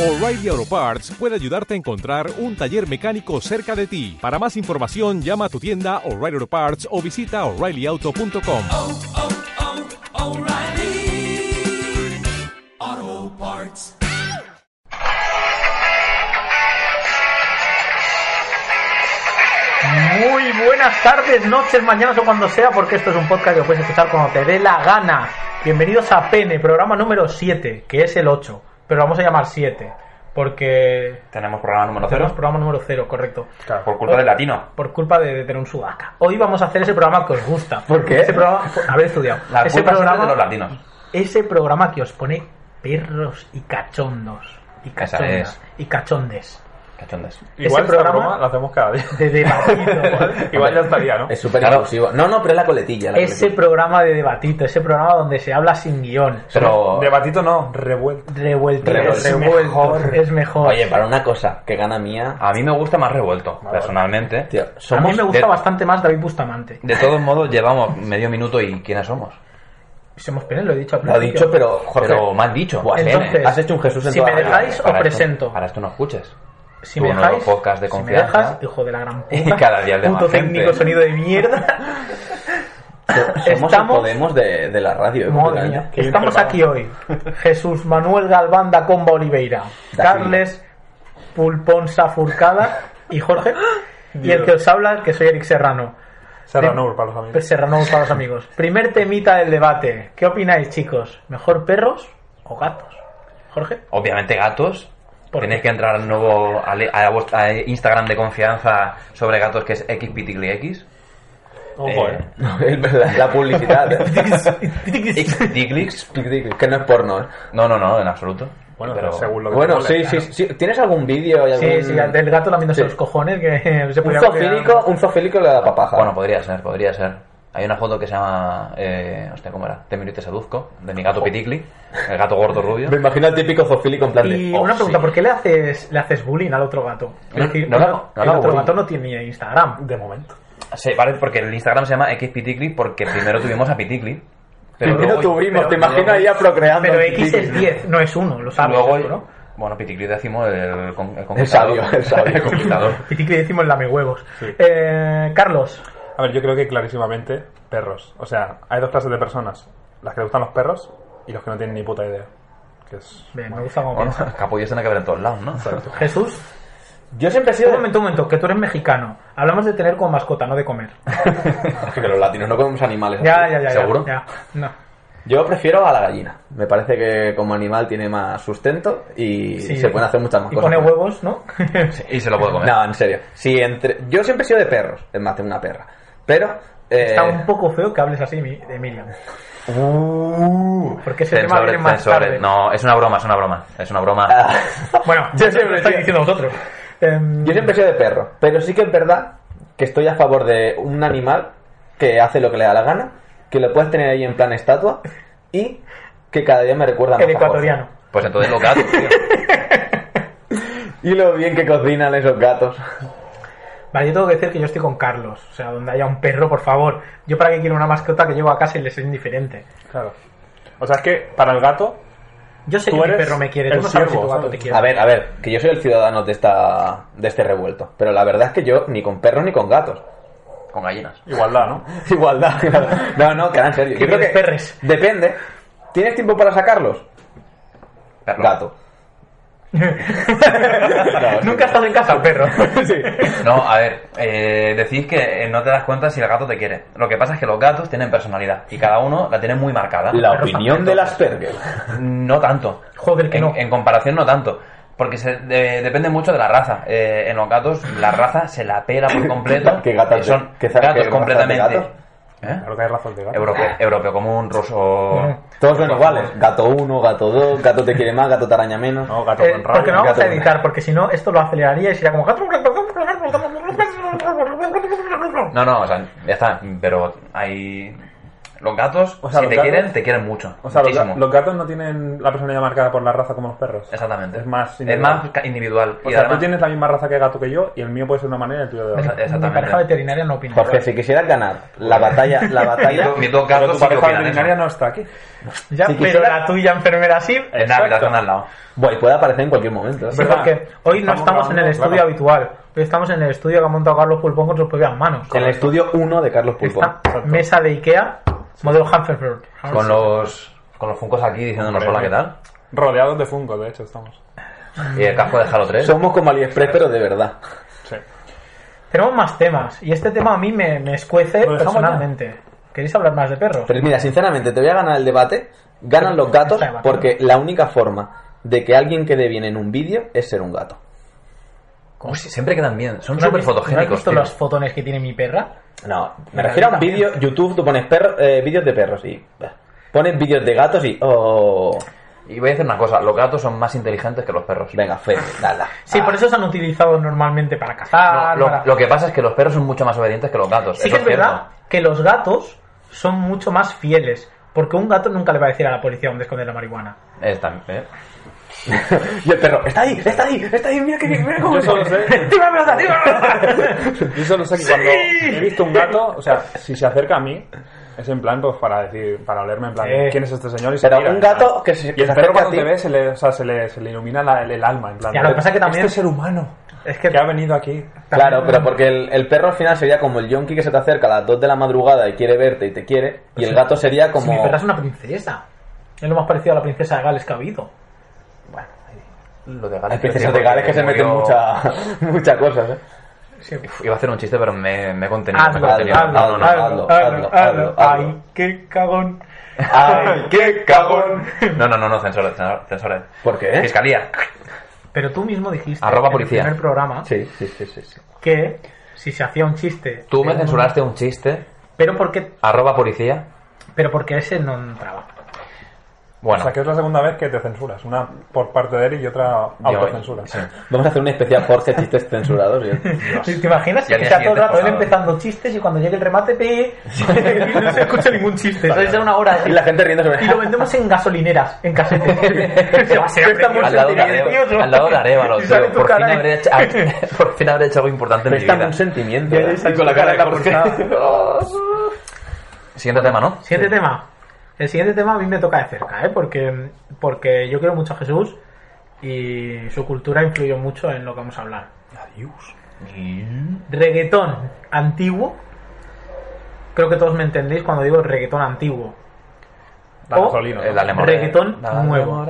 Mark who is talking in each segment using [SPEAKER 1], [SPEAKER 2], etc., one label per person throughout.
[SPEAKER 1] O'Reilly Auto Parts puede ayudarte a encontrar un taller mecánico cerca de ti. Para más información, llama a tu tienda O'Reilly Auto Parts o visita oreillyauto.com.
[SPEAKER 2] oh, oh, O'Reilly. Auto Parts.
[SPEAKER 3] Muy buenas tardes, noches, mañanas o cuando sea, porque esto es un podcast que puedes escuchar cuando te dé la gana. Bienvenidos a Pene, programa número 7, que es el 8, pero lo vamos a llamar 7, porque
[SPEAKER 4] Tenemos programa número
[SPEAKER 3] tenemos Pues-
[SPEAKER 4] 0
[SPEAKER 3] programa número 0, correcto.
[SPEAKER 4] por culpa del latino.
[SPEAKER 3] Por culpa de, de tener un sudaca. Hoy vamos a hacer ese programa que os gusta.
[SPEAKER 4] ¿Por qué?
[SPEAKER 3] Ese programa, por haber estudiado.
[SPEAKER 4] La
[SPEAKER 3] ese,
[SPEAKER 4] culpa siempre es
[SPEAKER 3] programa,
[SPEAKER 4] de los latinos.
[SPEAKER 3] ese programa que os pone perros y cachondos. Y
[SPEAKER 4] Esa
[SPEAKER 3] cachondas.
[SPEAKER 4] es.
[SPEAKER 3] Y cachondes.
[SPEAKER 4] Cachondes.
[SPEAKER 5] Igual
[SPEAKER 3] Ese
[SPEAKER 5] esta
[SPEAKER 3] programa-
[SPEAKER 5] broma la hacemos cada día.
[SPEAKER 3] De debatido.
[SPEAKER 5] Igual ya estaría, ¿no?
[SPEAKER 6] Es súper
[SPEAKER 4] Claro.
[SPEAKER 6] inclusivo. No, no, pero es la coletilla. La
[SPEAKER 3] Ese
[SPEAKER 6] coletilla.
[SPEAKER 3] programa de debatito, ese programa donde se habla sin guión.
[SPEAKER 6] Pero,
[SPEAKER 5] Debatito no, revuelto.
[SPEAKER 3] Revuelto,
[SPEAKER 6] Revuelto.
[SPEAKER 3] es mejor. Es mejor.
[SPEAKER 6] oye, para una cosa, que gana mía.
[SPEAKER 4] A mí me gusta más revuelto, personalmente.
[SPEAKER 6] Tío,
[SPEAKER 3] a
[SPEAKER 6] somos
[SPEAKER 3] mí me gusta
[SPEAKER 4] de-
[SPEAKER 3] bastante más David Bustamante.
[SPEAKER 4] De todos modos, llevamos medio minuto y ¿quiénes somos?
[SPEAKER 3] Somos penes, lo he dicho al
[SPEAKER 6] Lo ha
[SPEAKER 3] principio.
[SPEAKER 6] dicho, pero Jorge,
[SPEAKER 4] Pero mal dicho.
[SPEAKER 6] Buah,
[SPEAKER 4] Pene.
[SPEAKER 3] Entonces,
[SPEAKER 6] has hecho un Jesús en
[SPEAKER 3] si me
[SPEAKER 6] toda la vida.
[SPEAKER 3] dejáis, os
[SPEAKER 4] Para esto-
[SPEAKER 3] presento.
[SPEAKER 4] Para esto no escuches.
[SPEAKER 3] Si
[SPEAKER 4] tú
[SPEAKER 3] me
[SPEAKER 4] no lo
[SPEAKER 3] dejáis,
[SPEAKER 4] podcast de
[SPEAKER 3] si me
[SPEAKER 4] confianza.
[SPEAKER 3] dejas, hijo de la gran puta.
[SPEAKER 4] Cada día el de
[SPEAKER 3] Punto
[SPEAKER 4] más gente.
[SPEAKER 3] técnico, sonido de mierda.
[SPEAKER 6] Somos
[SPEAKER 3] Estamos-
[SPEAKER 6] el Podemos de, de la radio. ¿eh?
[SPEAKER 3] Madre
[SPEAKER 6] Porque,
[SPEAKER 3] mía.
[SPEAKER 6] coño,
[SPEAKER 3] Estamos aquí hoy. Jesús Manuel Galván da Comba Oliveira,
[SPEAKER 6] Da
[SPEAKER 3] Carles Pulpón Safurcada y Jorge. Y el que os habla, que soy Eric Serrano.
[SPEAKER 5] Serranur para los amigos.
[SPEAKER 3] Serrano para los amigos. Primer temita del debate. ¿Qué opináis, chicos? ¿Mejor perros o gatos? Jorge.
[SPEAKER 4] Obviamente, gatos.
[SPEAKER 3] ¿Por
[SPEAKER 4] Tenéis
[SPEAKER 3] qué?
[SPEAKER 4] que entrar al nuevo al- a, vuest- a Instagram de confianza sobre gatos que es xpitiglyx.
[SPEAKER 5] Ojo,
[SPEAKER 4] eh,
[SPEAKER 5] eh.
[SPEAKER 6] no, es verdad, la publicidad. ¿eh?
[SPEAKER 4] Xpitiglyx.
[SPEAKER 6] que no es porno. ¿eh?
[SPEAKER 4] No, no, no, en absoluto.
[SPEAKER 5] Bueno,
[SPEAKER 4] Pero-
[SPEAKER 5] según lo que
[SPEAKER 6] Bueno,
[SPEAKER 5] te
[SPEAKER 6] sí,
[SPEAKER 5] mole,
[SPEAKER 6] sí,
[SPEAKER 5] claro.
[SPEAKER 6] sí. ¿Tienes algún vídeo? y
[SPEAKER 3] Sí,
[SPEAKER 6] algún-
[SPEAKER 3] sí, el gato lamiéndose
[SPEAKER 6] Sí.
[SPEAKER 3] los cojones que se
[SPEAKER 6] Un
[SPEAKER 3] podía
[SPEAKER 6] zoofílico, un zoofílico le da papaja.
[SPEAKER 4] Bueno, podría ser, podría ser. Hay una foto que se llama. Eh, hostia, ¿cómo era? Te miro y te seduzco. De mi gato Piticli. El gato gordo rubio.
[SPEAKER 6] me imagino al típico zoofílico en plan de.
[SPEAKER 3] Y
[SPEAKER 6] "Oh,
[SPEAKER 3] una pregunta,
[SPEAKER 6] sí".
[SPEAKER 3] ¿por qué le haces, le haces bullying al otro gato? Es
[SPEAKER 4] No,
[SPEAKER 3] decir,
[SPEAKER 4] no le hago-
[SPEAKER 3] el
[SPEAKER 4] no le hago
[SPEAKER 3] otro
[SPEAKER 4] bullying.
[SPEAKER 3] gato no tiene Instagram.
[SPEAKER 5] De momento.
[SPEAKER 4] Sí, vale, porque el Instagram se llama xpiticli porque primero tuvimos a Piticli.
[SPEAKER 6] Primero
[SPEAKER 4] luego-
[SPEAKER 6] tuvimos,
[SPEAKER 4] pero
[SPEAKER 6] te imagino
[SPEAKER 4] luego-
[SPEAKER 6] ahí procreando.
[SPEAKER 3] Pero
[SPEAKER 6] al
[SPEAKER 3] X es
[SPEAKER 6] típico.
[SPEAKER 3] 10, no es 1, lo sabes.
[SPEAKER 4] Ah, Luego,
[SPEAKER 3] eso, ¿no?
[SPEAKER 4] bueno, Piticli decimos el, el con- el
[SPEAKER 6] El
[SPEAKER 4] conquistador.
[SPEAKER 6] sabio, el sabio.
[SPEAKER 4] El conquistador.
[SPEAKER 3] Y ti que le decimos lame huevos. Eh, Carlos,
[SPEAKER 5] A ver, yo creo que clarísimamente perros. O sea, hay dos clases de personas. Las que le gustan los perros y los que no tienen ni puta idea. Que es...
[SPEAKER 3] Bien, me gusta como
[SPEAKER 4] Bueno,
[SPEAKER 3] piensas.
[SPEAKER 4] capullos tiene que haber en todos lados, ¿no?
[SPEAKER 3] Jesús,
[SPEAKER 6] Yo siempre he sido.
[SPEAKER 3] un momento, un momento, que tú eres mexicano. Hablamos de tener como mascota, no de comer.
[SPEAKER 6] que los latinos no comemos animales.
[SPEAKER 3] Ya,
[SPEAKER 6] así.
[SPEAKER 3] ya, ya. ya,
[SPEAKER 6] ¿Seguro?
[SPEAKER 3] ya. No.
[SPEAKER 6] Yo prefiero a la gallina. Me parece que como animal tiene más sustento y
[SPEAKER 3] Sí.
[SPEAKER 6] se pueden hacer muchas más
[SPEAKER 3] y
[SPEAKER 6] cosas.
[SPEAKER 3] pone huevos, ¿no?
[SPEAKER 4] Y se lo puedo comer.
[SPEAKER 6] No, en serio. Si entre... Yo siempre he sido de perros. Es más, tengo una perra. Pero... eh,
[SPEAKER 3] Está un poco feo que hables así mi- de Miriam.
[SPEAKER 6] Uh.
[SPEAKER 3] Porque ese tema
[SPEAKER 4] Censores,
[SPEAKER 3] viene más
[SPEAKER 4] censores.
[SPEAKER 3] tarde.
[SPEAKER 4] No, es una broma, es una broma. Es una broma.
[SPEAKER 3] Bueno, eso
[SPEAKER 6] Yo
[SPEAKER 3] lo
[SPEAKER 6] siempre
[SPEAKER 3] estáis
[SPEAKER 6] he
[SPEAKER 3] diciendo vosotros. Em,
[SPEAKER 6] Yo siempre he sido de perro. Pero sí que es verdad que estoy a favor de un animal que hace lo que le da la gana, que lo puedes tener ahí en plan estatua y que cada día me recuerda más
[SPEAKER 3] el
[SPEAKER 6] a Jorge.
[SPEAKER 3] ecuatoriano.
[SPEAKER 4] Pues entonces los gatos, tío.
[SPEAKER 6] Y lo bien que cocinan esos gatos.
[SPEAKER 3] Vale, yo tengo que decir que yo estoy con Carlos. O sea, donde haya un perro, por favor. Yo para qué quiero una mascota que llevo a casa y les es indiferente.
[SPEAKER 5] Claro. O sea, es que para el gato...
[SPEAKER 3] Yo sé
[SPEAKER 5] Tú
[SPEAKER 3] que mi
[SPEAKER 5] eres
[SPEAKER 3] perro me quiere,
[SPEAKER 5] el
[SPEAKER 3] tú no sabes si
[SPEAKER 5] siervo,
[SPEAKER 3] tu gato
[SPEAKER 5] ¿sabes?
[SPEAKER 3] te quiere.
[SPEAKER 6] A ver, a ver, que yo soy el ciudadano de esta de este revuelto, pero la verdad es que yo ni con perros ni con gatos.
[SPEAKER 4] Con gallinas.
[SPEAKER 5] Igualdad, ¿no?
[SPEAKER 6] Igualdad. No, no, que ahora en serio.
[SPEAKER 3] Que
[SPEAKER 6] Yo creo que
[SPEAKER 3] quieres perres.
[SPEAKER 6] depende. ¿Tienes tiempo para sacarlos?
[SPEAKER 4] Perro.
[SPEAKER 6] Gato.
[SPEAKER 3] Nunca he estado en casa, perro.
[SPEAKER 4] No, a ver, eh, decís que eh, no te das cuenta si el gato te quiere. Lo que pasa es que los gatos tienen personalidad y cada uno la tiene muy marcada.
[SPEAKER 6] La
[SPEAKER 3] Perros
[SPEAKER 6] opinión de las pergues.
[SPEAKER 4] No tanto.
[SPEAKER 3] Joder, que
[SPEAKER 4] en,
[SPEAKER 3] no.
[SPEAKER 4] en comparación no tanto. Porque se, de- depende mucho de la raza. Eh, en los gatos la raza se la pela por completo.
[SPEAKER 6] ¿Qué gatas
[SPEAKER 4] Eh, Son
[SPEAKER 6] de- qué za- qué
[SPEAKER 4] gatos
[SPEAKER 6] razas
[SPEAKER 4] completamente...
[SPEAKER 6] de gatos?
[SPEAKER 4] ¿Eh?
[SPEAKER 5] Claro que hay razón de gato.
[SPEAKER 4] Europeo, europeo común, ruso...
[SPEAKER 5] Mm.
[SPEAKER 6] Todos son iguales. Gato 1, gato 2, gato te quiere más, gato te araña menos.
[SPEAKER 5] No, gato
[SPEAKER 3] Eh,
[SPEAKER 5] con rabia.
[SPEAKER 3] porque no vamos
[SPEAKER 6] gato
[SPEAKER 3] a
[SPEAKER 6] con-
[SPEAKER 3] editar, porque si no, esto lo aceleraría y sería como.
[SPEAKER 4] No, no, o sea, ya está. Pero hay Los gatos,
[SPEAKER 5] O sea,
[SPEAKER 4] si
[SPEAKER 5] los
[SPEAKER 4] te
[SPEAKER 5] gatos-
[SPEAKER 4] quieren, te quieren mucho.
[SPEAKER 5] O sea, los, ga-
[SPEAKER 4] muchísimo.
[SPEAKER 5] los gatos no tienen la personalidad marcada por la raza como los perros.
[SPEAKER 4] Exactamente.
[SPEAKER 5] Es más
[SPEAKER 4] Es
[SPEAKER 5] individual.
[SPEAKER 4] más ca- individual.
[SPEAKER 5] O
[SPEAKER 4] y
[SPEAKER 5] sea, tú
[SPEAKER 4] además-
[SPEAKER 5] tienes la misma raza que gato que yo y el mío puede ser de una manera y el tuyo de otra.
[SPEAKER 4] Esa-
[SPEAKER 3] Mi
[SPEAKER 4] Exactamente.
[SPEAKER 3] pareja veterinaria no opina.
[SPEAKER 6] Jorge, si quisieras ganar la batalla, la
[SPEAKER 4] Mis
[SPEAKER 6] batalla,
[SPEAKER 4] dos- Mis dos
[SPEAKER 5] Pero
[SPEAKER 4] gatos
[SPEAKER 5] tu
[SPEAKER 4] sí que
[SPEAKER 5] pareja
[SPEAKER 4] opinan eso.
[SPEAKER 5] veterinaria no está aquí.
[SPEAKER 3] Ya,
[SPEAKER 6] si
[SPEAKER 3] pero
[SPEAKER 6] quisiera-
[SPEAKER 3] la tuya enfermera sí.
[SPEAKER 4] En la habitación al lado.
[SPEAKER 6] bueno, puede aparecer en cualquier momento. ¿eh?
[SPEAKER 3] Sí, porque hoy no
[SPEAKER 5] Estamos
[SPEAKER 3] estamos en el
[SPEAKER 5] grabando,
[SPEAKER 3] estudio
[SPEAKER 5] claro.
[SPEAKER 3] habitual. Hoy estamos en el estudio que ha montado Carlos Pulpón con sus propias manos.
[SPEAKER 6] En el estudio 1 de Carlos Pulpo.
[SPEAKER 3] Esta mesa de Ikea, modelo Hanferford.
[SPEAKER 4] Con los, con los funcos aquí diciéndonos hola, ¿qué tal?
[SPEAKER 5] Rodeados de Funko, de hecho, estamos.
[SPEAKER 4] Y el casco de Halo 3.
[SPEAKER 6] ¿Eh? Somos como AliExpress, pero de verdad.
[SPEAKER 5] Sí.
[SPEAKER 3] Tenemos más temas. Y este tema a mí me, me escuece
[SPEAKER 5] ¿Lo dejamos
[SPEAKER 3] personalmente. ¿Queréis hablar más de perros?
[SPEAKER 6] Pero mira, sinceramente, te voy a ganar el debate. Ganan los gatos
[SPEAKER 3] Está de acuerdo.
[SPEAKER 6] porque la única forma de que alguien quede bien en un vídeo es ser un gato.
[SPEAKER 4] Uy, sí, siempre quedan bien. Son
[SPEAKER 3] ¿No has
[SPEAKER 4] súper
[SPEAKER 3] visto- ¿No has
[SPEAKER 4] fotogénicos.
[SPEAKER 3] visto
[SPEAKER 4] tío.
[SPEAKER 3] los fotones que tiene mi perra?
[SPEAKER 6] No, me refiero a un
[SPEAKER 3] también.
[SPEAKER 6] vídeo, YouTube, tú pones perro- eh, vídeos de perros y bah, pones vídeos de gatos y... Oh,
[SPEAKER 4] Y voy a decir una cosa, los gatos son más inteligentes que los perros.
[SPEAKER 6] venga, Fede, nada.
[SPEAKER 3] Sí, por eso se han utilizado normalmente para
[SPEAKER 4] No,
[SPEAKER 3] cazar.
[SPEAKER 4] lo,
[SPEAKER 3] Ah, para-
[SPEAKER 4] lo que pasa es que los perros son mucho más obedientes que los gatos.
[SPEAKER 3] Sí
[SPEAKER 4] eso
[SPEAKER 3] que es
[SPEAKER 4] cierto.
[SPEAKER 3] verdad que los gatos son mucho más fieles. Porque un gato nunca le va a decir a la policía dónde esconder la marihuana.
[SPEAKER 4] Es también, ¿eh?
[SPEAKER 6] Y el perro, está ahí, está ahí, está ahí, mira, que, mira cómo
[SPEAKER 5] Yo
[SPEAKER 6] es.
[SPEAKER 5] solo sé.
[SPEAKER 3] ¡Tira la pelota, tira la pelota!
[SPEAKER 5] Yo solo sé que cuando he visto un gato, o sea, si se acerca a mí, es en plan, pues para decir, para olerme, en plan,
[SPEAKER 3] Eh.
[SPEAKER 5] ¿quién es este señor? Y
[SPEAKER 6] Pero
[SPEAKER 5] mira,
[SPEAKER 6] un
[SPEAKER 5] en plan.
[SPEAKER 6] gato que se- que
[SPEAKER 5] Y el
[SPEAKER 6] se
[SPEAKER 5] perro
[SPEAKER 6] acerca a
[SPEAKER 5] cuando
[SPEAKER 6] ti-
[SPEAKER 5] te ve, se le, o sea, se le, se le ilumina la- el, el alma, en plan.
[SPEAKER 3] Ya, lo que pasa es que también-
[SPEAKER 5] Este ser humano
[SPEAKER 3] Es que
[SPEAKER 5] que ha venido aquí.
[SPEAKER 6] Ah, Claro, pero porque el, el perro al final sería como el yonki que se te acerca a las 2 de la madrugada y quiere verte y te quiere. Y el gato sería
[SPEAKER 3] si mi
[SPEAKER 6] como...
[SPEAKER 3] perra es una princesa. Es lo más parecido a la princesa de Gales que ha habido.
[SPEAKER 4] Lo de Gales.
[SPEAKER 6] Hay princesas de Gales que se meten
[SPEAKER 4] murió-
[SPEAKER 6] muchas muchas cosas, ¿eh?
[SPEAKER 4] Uf, Iba a hacer un chiste, pero me, me he contenido.
[SPEAKER 3] Hazlo,
[SPEAKER 4] me he
[SPEAKER 3] hazlo,
[SPEAKER 4] contenido.
[SPEAKER 6] hazlo,
[SPEAKER 4] No, no, no.
[SPEAKER 6] hazlo,
[SPEAKER 3] hazlo, hazlo,
[SPEAKER 6] hazlo, hazlo.
[SPEAKER 3] Ay, qué cagón.
[SPEAKER 6] ¡Ay, qué cagón!
[SPEAKER 4] Ah, No, no, no, no, censores, censores, censores.
[SPEAKER 6] ¿Por qué?
[SPEAKER 4] Fiscalía.
[SPEAKER 3] Pero tú mismo dijiste
[SPEAKER 4] Arroba
[SPEAKER 3] en
[SPEAKER 4] policía.
[SPEAKER 3] el primer programa
[SPEAKER 6] Sí, sí, sí, sí. sí.
[SPEAKER 3] que si se hacía un chiste...
[SPEAKER 4] Tú me
[SPEAKER 3] pero-
[SPEAKER 4] censuraste un chiste,
[SPEAKER 3] Pero porque,
[SPEAKER 4] arroba policía.
[SPEAKER 3] pero porque ese no entraba.
[SPEAKER 4] Bueno,
[SPEAKER 5] O sea, que es la segunda vez que te censuras. Una por parte de él y otra
[SPEAKER 4] yo-
[SPEAKER 5] autocensura.
[SPEAKER 4] sí.
[SPEAKER 6] Vamos a hacer un especial Jorge chistes censurados. ¿eh? ¿sí?
[SPEAKER 3] ¿Te imaginas
[SPEAKER 4] Y al
[SPEAKER 3] que sea
[SPEAKER 4] día
[SPEAKER 3] todo el
[SPEAKER 4] siguiente,
[SPEAKER 3] rato
[SPEAKER 4] por
[SPEAKER 3] él
[SPEAKER 4] favor.
[SPEAKER 3] empezando chistes y cuando llegue el remate pi, no se escucha ningún chiste? ¿Sabes? Ya una hora
[SPEAKER 6] Y
[SPEAKER 3] así.
[SPEAKER 6] la gente riendo sobre
[SPEAKER 3] Y lo vendemos en gasolineras, en casetes. Se va a ser muy
[SPEAKER 4] Al lado de
[SPEAKER 3] sentimientoso.
[SPEAKER 4] Arevalo, al lado de Arevalo,
[SPEAKER 3] Y sale
[SPEAKER 4] tío.
[SPEAKER 3] tu
[SPEAKER 4] Por fin,
[SPEAKER 3] cara ahí.
[SPEAKER 4] habré hecho, por fin habré hecho algo importante en mi
[SPEAKER 6] Presta
[SPEAKER 4] vida.
[SPEAKER 6] un sentimiento.
[SPEAKER 3] Ya, ya,
[SPEAKER 6] ¿eh?
[SPEAKER 3] sale
[SPEAKER 6] Y con la
[SPEAKER 3] tu
[SPEAKER 6] cara de
[SPEAKER 3] cara
[SPEAKER 6] la
[SPEAKER 3] de la
[SPEAKER 4] Siguiente tema, ¿no?
[SPEAKER 3] Siguiente tema. El siguiente tema a mí me toca de cerca, ¿eh? Porque, porque yo quiero mucho a Jesús y su cultura influyó mucho en lo que vamos a hablar. Reggaetón antiguo. Creo que todos me entendéis cuando digo reggaetón antiguo.
[SPEAKER 5] Dale,
[SPEAKER 3] O
[SPEAKER 5] Solino,
[SPEAKER 4] El
[SPEAKER 5] ¿no?
[SPEAKER 4] alemán.
[SPEAKER 3] reggaetón nuevo.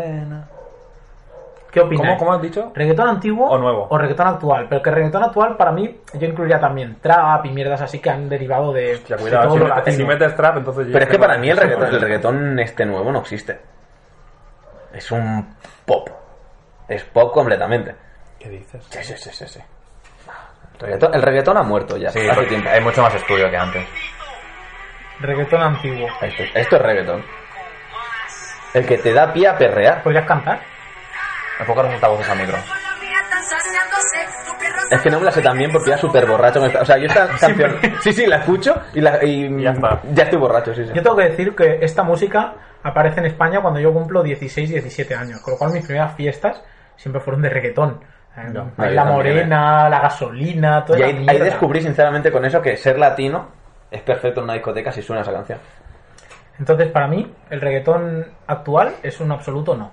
[SPEAKER 3] ¿Qué opináis?
[SPEAKER 5] ¿Cómo, ¿Cómo has dicho?
[SPEAKER 3] ¿Reggaetón antiguo
[SPEAKER 5] O nuevo.
[SPEAKER 3] o reggaetón actual? Pero que reggaetón actual para mí yo incluiría también trap y mierdas así que han derivado de,
[SPEAKER 5] Ya,
[SPEAKER 3] de
[SPEAKER 5] cuidado,
[SPEAKER 3] todo
[SPEAKER 5] si,
[SPEAKER 3] lo
[SPEAKER 5] metes- si
[SPEAKER 3] latino.
[SPEAKER 5] metes trap, entonces yo
[SPEAKER 6] Pero es que
[SPEAKER 5] tengo-
[SPEAKER 6] para mí el reggaetón, el reggaetón este nuevo no existe. Es un pop. Es pop completamente.
[SPEAKER 5] ¿Qué dices?
[SPEAKER 6] Sí, sí, sí, sí. sí. Reggaetón- el reggaetón ha muerto ya.
[SPEAKER 4] Sí,
[SPEAKER 6] hace
[SPEAKER 4] porque
[SPEAKER 6] tiempo.
[SPEAKER 4] hay mucho más estudio que antes.
[SPEAKER 3] Reggaetón antiguo.
[SPEAKER 6] Esto, esto es reggaetón. El que te da pie a perrear.
[SPEAKER 3] ¿Podrías cantar?
[SPEAKER 4] Enfoca los altavoces al micro.
[SPEAKER 6] Es que no me la sé tan bien porque ya súper borracho. me está- O sea, yo esta canción. Sí, sí, la escucho y, la, y
[SPEAKER 5] Ya está.
[SPEAKER 6] ya estoy borracho, sí, sí.
[SPEAKER 3] Yo tengo que decir que esta música aparece en España cuando yo cumplo 16, 17 años, con lo cual mis primeras fiestas siempre fueron de reggaetón. Eh,
[SPEAKER 5] No,
[SPEAKER 6] ahí
[SPEAKER 3] la
[SPEAKER 6] también,
[SPEAKER 3] morena,
[SPEAKER 5] eh.
[SPEAKER 3] la gasolina, toda
[SPEAKER 6] Y
[SPEAKER 3] esa
[SPEAKER 6] ahí, ahí
[SPEAKER 3] mierda.
[SPEAKER 6] descubrí sinceramente con eso que ser latino es perfecto en una discoteca si suena esa canción.
[SPEAKER 3] Entonces, para mí, el reggaetón actual es un absoluto no.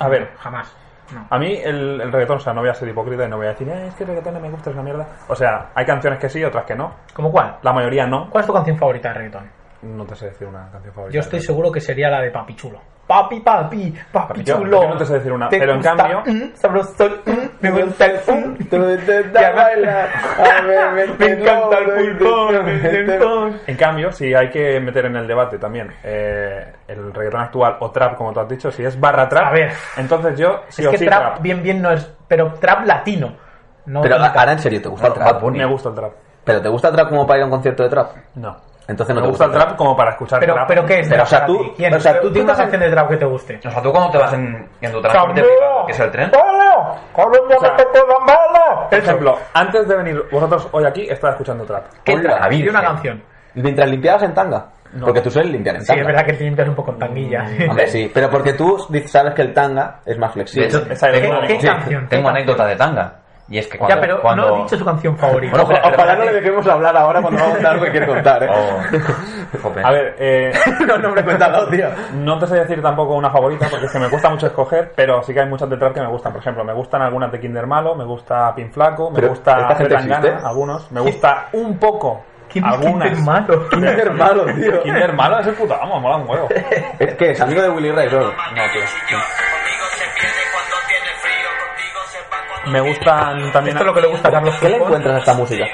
[SPEAKER 5] A ver,
[SPEAKER 3] Jamás. No.
[SPEAKER 5] A mí el, el reggaetón, o sea, no voy a ser hipócrita y no voy a decir, "Eh, es que el reggaetón no me gusta, es una mierda. O sea, hay canciones que sí, otras que no.
[SPEAKER 3] ¿Cómo cuál?
[SPEAKER 5] La mayoría no.
[SPEAKER 3] ¿Cuál es tu canción favorita de reggaetón?
[SPEAKER 5] No te sé decir una canción favorita.
[SPEAKER 3] Yo estoy seguro que sería la de Papi Chulo. Papi, papi, papi,
[SPEAKER 5] Papi Chulo.
[SPEAKER 3] chulo.
[SPEAKER 5] Yo no te sé decir una, pero en
[SPEAKER 3] gusta?
[SPEAKER 5] cambio-
[SPEAKER 3] Mm, sabroso, mm, me gusta el mm. Me encanta el pulpón, el pulpón.
[SPEAKER 5] En cambio, si hay que meter en el debate también eh, el reggaetón actual o trap, como tú has dicho, si es barra trap,
[SPEAKER 3] A ver.
[SPEAKER 5] entonces yo sí
[SPEAKER 3] Es
[SPEAKER 5] o
[SPEAKER 3] que
[SPEAKER 5] sí
[SPEAKER 3] trap,
[SPEAKER 5] trap.
[SPEAKER 3] bien, bien no es. Pero trap latino. No
[SPEAKER 6] Pero
[SPEAKER 3] trap.
[SPEAKER 6] ahora en serio, ¿te gusta el trap?
[SPEAKER 5] Me gusta el trap.
[SPEAKER 6] ¿Pero te gusta el trap como para ir a un concierto de trap?
[SPEAKER 5] No.
[SPEAKER 6] Entonces no
[SPEAKER 5] me
[SPEAKER 6] te
[SPEAKER 5] gusta el trap como para escuchar
[SPEAKER 3] Pero,
[SPEAKER 5] trap.
[SPEAKER 3] pero ¿qué es?
[SPEAKER 6] Pero, o sea,
[SPEAKER 3] para
[SPEAKER 6] tú-
[SPEAKER 3] ti? ¿Quién?
[SPEAKER 6] o sea, tú
[SPEAKER 3] ¿Qué
[SPEAKER 6] tienes-
[SPEAKER 3] canción de trap que te guste?
[SPEAKER 4] O sea, tú cuando te vas en, en tu transporte privado, que es el tren,
[SPEAKER 5] Por ejemplo, antes de venir vosotros hoy aquí, estaba escuchando trap.
[SPEAKER 3] ¿Qué
[SPEAKER 6] Hola,
[SPEAKER 3] trap?
[SPEAKER 6] la
[SPEAKER 3] Di
[SPEAKER 6] Virgen.
[SPEAKER 3] una canción.
[SPEAKER 6] Mientras limpiabas en tanga.
[SPEAKER 5] No.
[SPEAKER 6] Porque tú sueles limpiar en
[SPEAKER 3] Sí,
[SPEAKER 6] tanga.
[SPEAKER 3] es verdad que te limpias un poco en tanguilla.
[SPEAKER 6] Hombre, sí, pero porque tú dices- sabes que el tanga es más
[SPEAKER 4] De
[SPEAKER 6] flexible.
[SPEAKER 4] hecho,
[SPEAKER 5] esa es
[SPEAKER 4] tengo,
[SPEAKER 3] ¿Qué,
[SPEAKER 5] una
[SPEAKER 3] qué
[SPEAKER 5] anécdota.
[SPEAKER 3] canción?
[SPEAKER 4] tengo
[SPEAKER 3] ¿Qué
[SPEAKER 4] anécdota de tanga. Y es que cuando.
[SPEAKER 3] ya, pero
[SPEAKER 4] cuando...
[SPEAKER 3] no he dicho su canción favorita.
[SPEAKER 4] Bueno,
[SPEAKER 6] Ojalá,
[SPEAKER 4] espera,
[SPEAKER 6] ojalá no le
[SPEAKER 4] espera.
[SPEAKER 6] dejemos hablar ahora cuando va a contar lo que quiere contar, ¿eh?
[SPEAKER 4] Oh, jope.
[SPEAKER 5] A ver, eh,
[SPEAKER 6] no, no, hombre, cuéntalo, tío.
[SPEAKER 5] no te sé decir tampoco una favorita porque es que me cuesta mucho escoger, pero sí que hay muchas detrás que me gustan. Por ejemplo, me gustan algunas de Kinder Malo, me gusta Pin Flaco, me
[SPEAKER 6] Pero,
[SPEAKER 5] gusta
[SPEAKER 6] ¿esta gente
[SPEAKER 5] Zetangana,
[SPEAKER 6] existe?
[SPEAKER 5] algunos, me gusta un poco
[SPEAKER 3] ¿Quién es
[SPEAKER 5] algunas.
[SPEAKER 3] Kinder Malo?
[SPEAKER 6] Kinder malo, tío.
[SPEAKER 5] Kinder Malo es el puto amo, mola un huevo.
[SPEAKER 6] ¿Es que es amigo de Willy Ray, bro?
[SPEAKER 5] No, tío. Me gustan también.
[SPEAKER 3] Esto es lo que le gusta a Carlos
[SPEAKER 6] ¿Qué le
[SPEAKER 3] Pujol.
[SPEAKER 6] encuentras a esta música?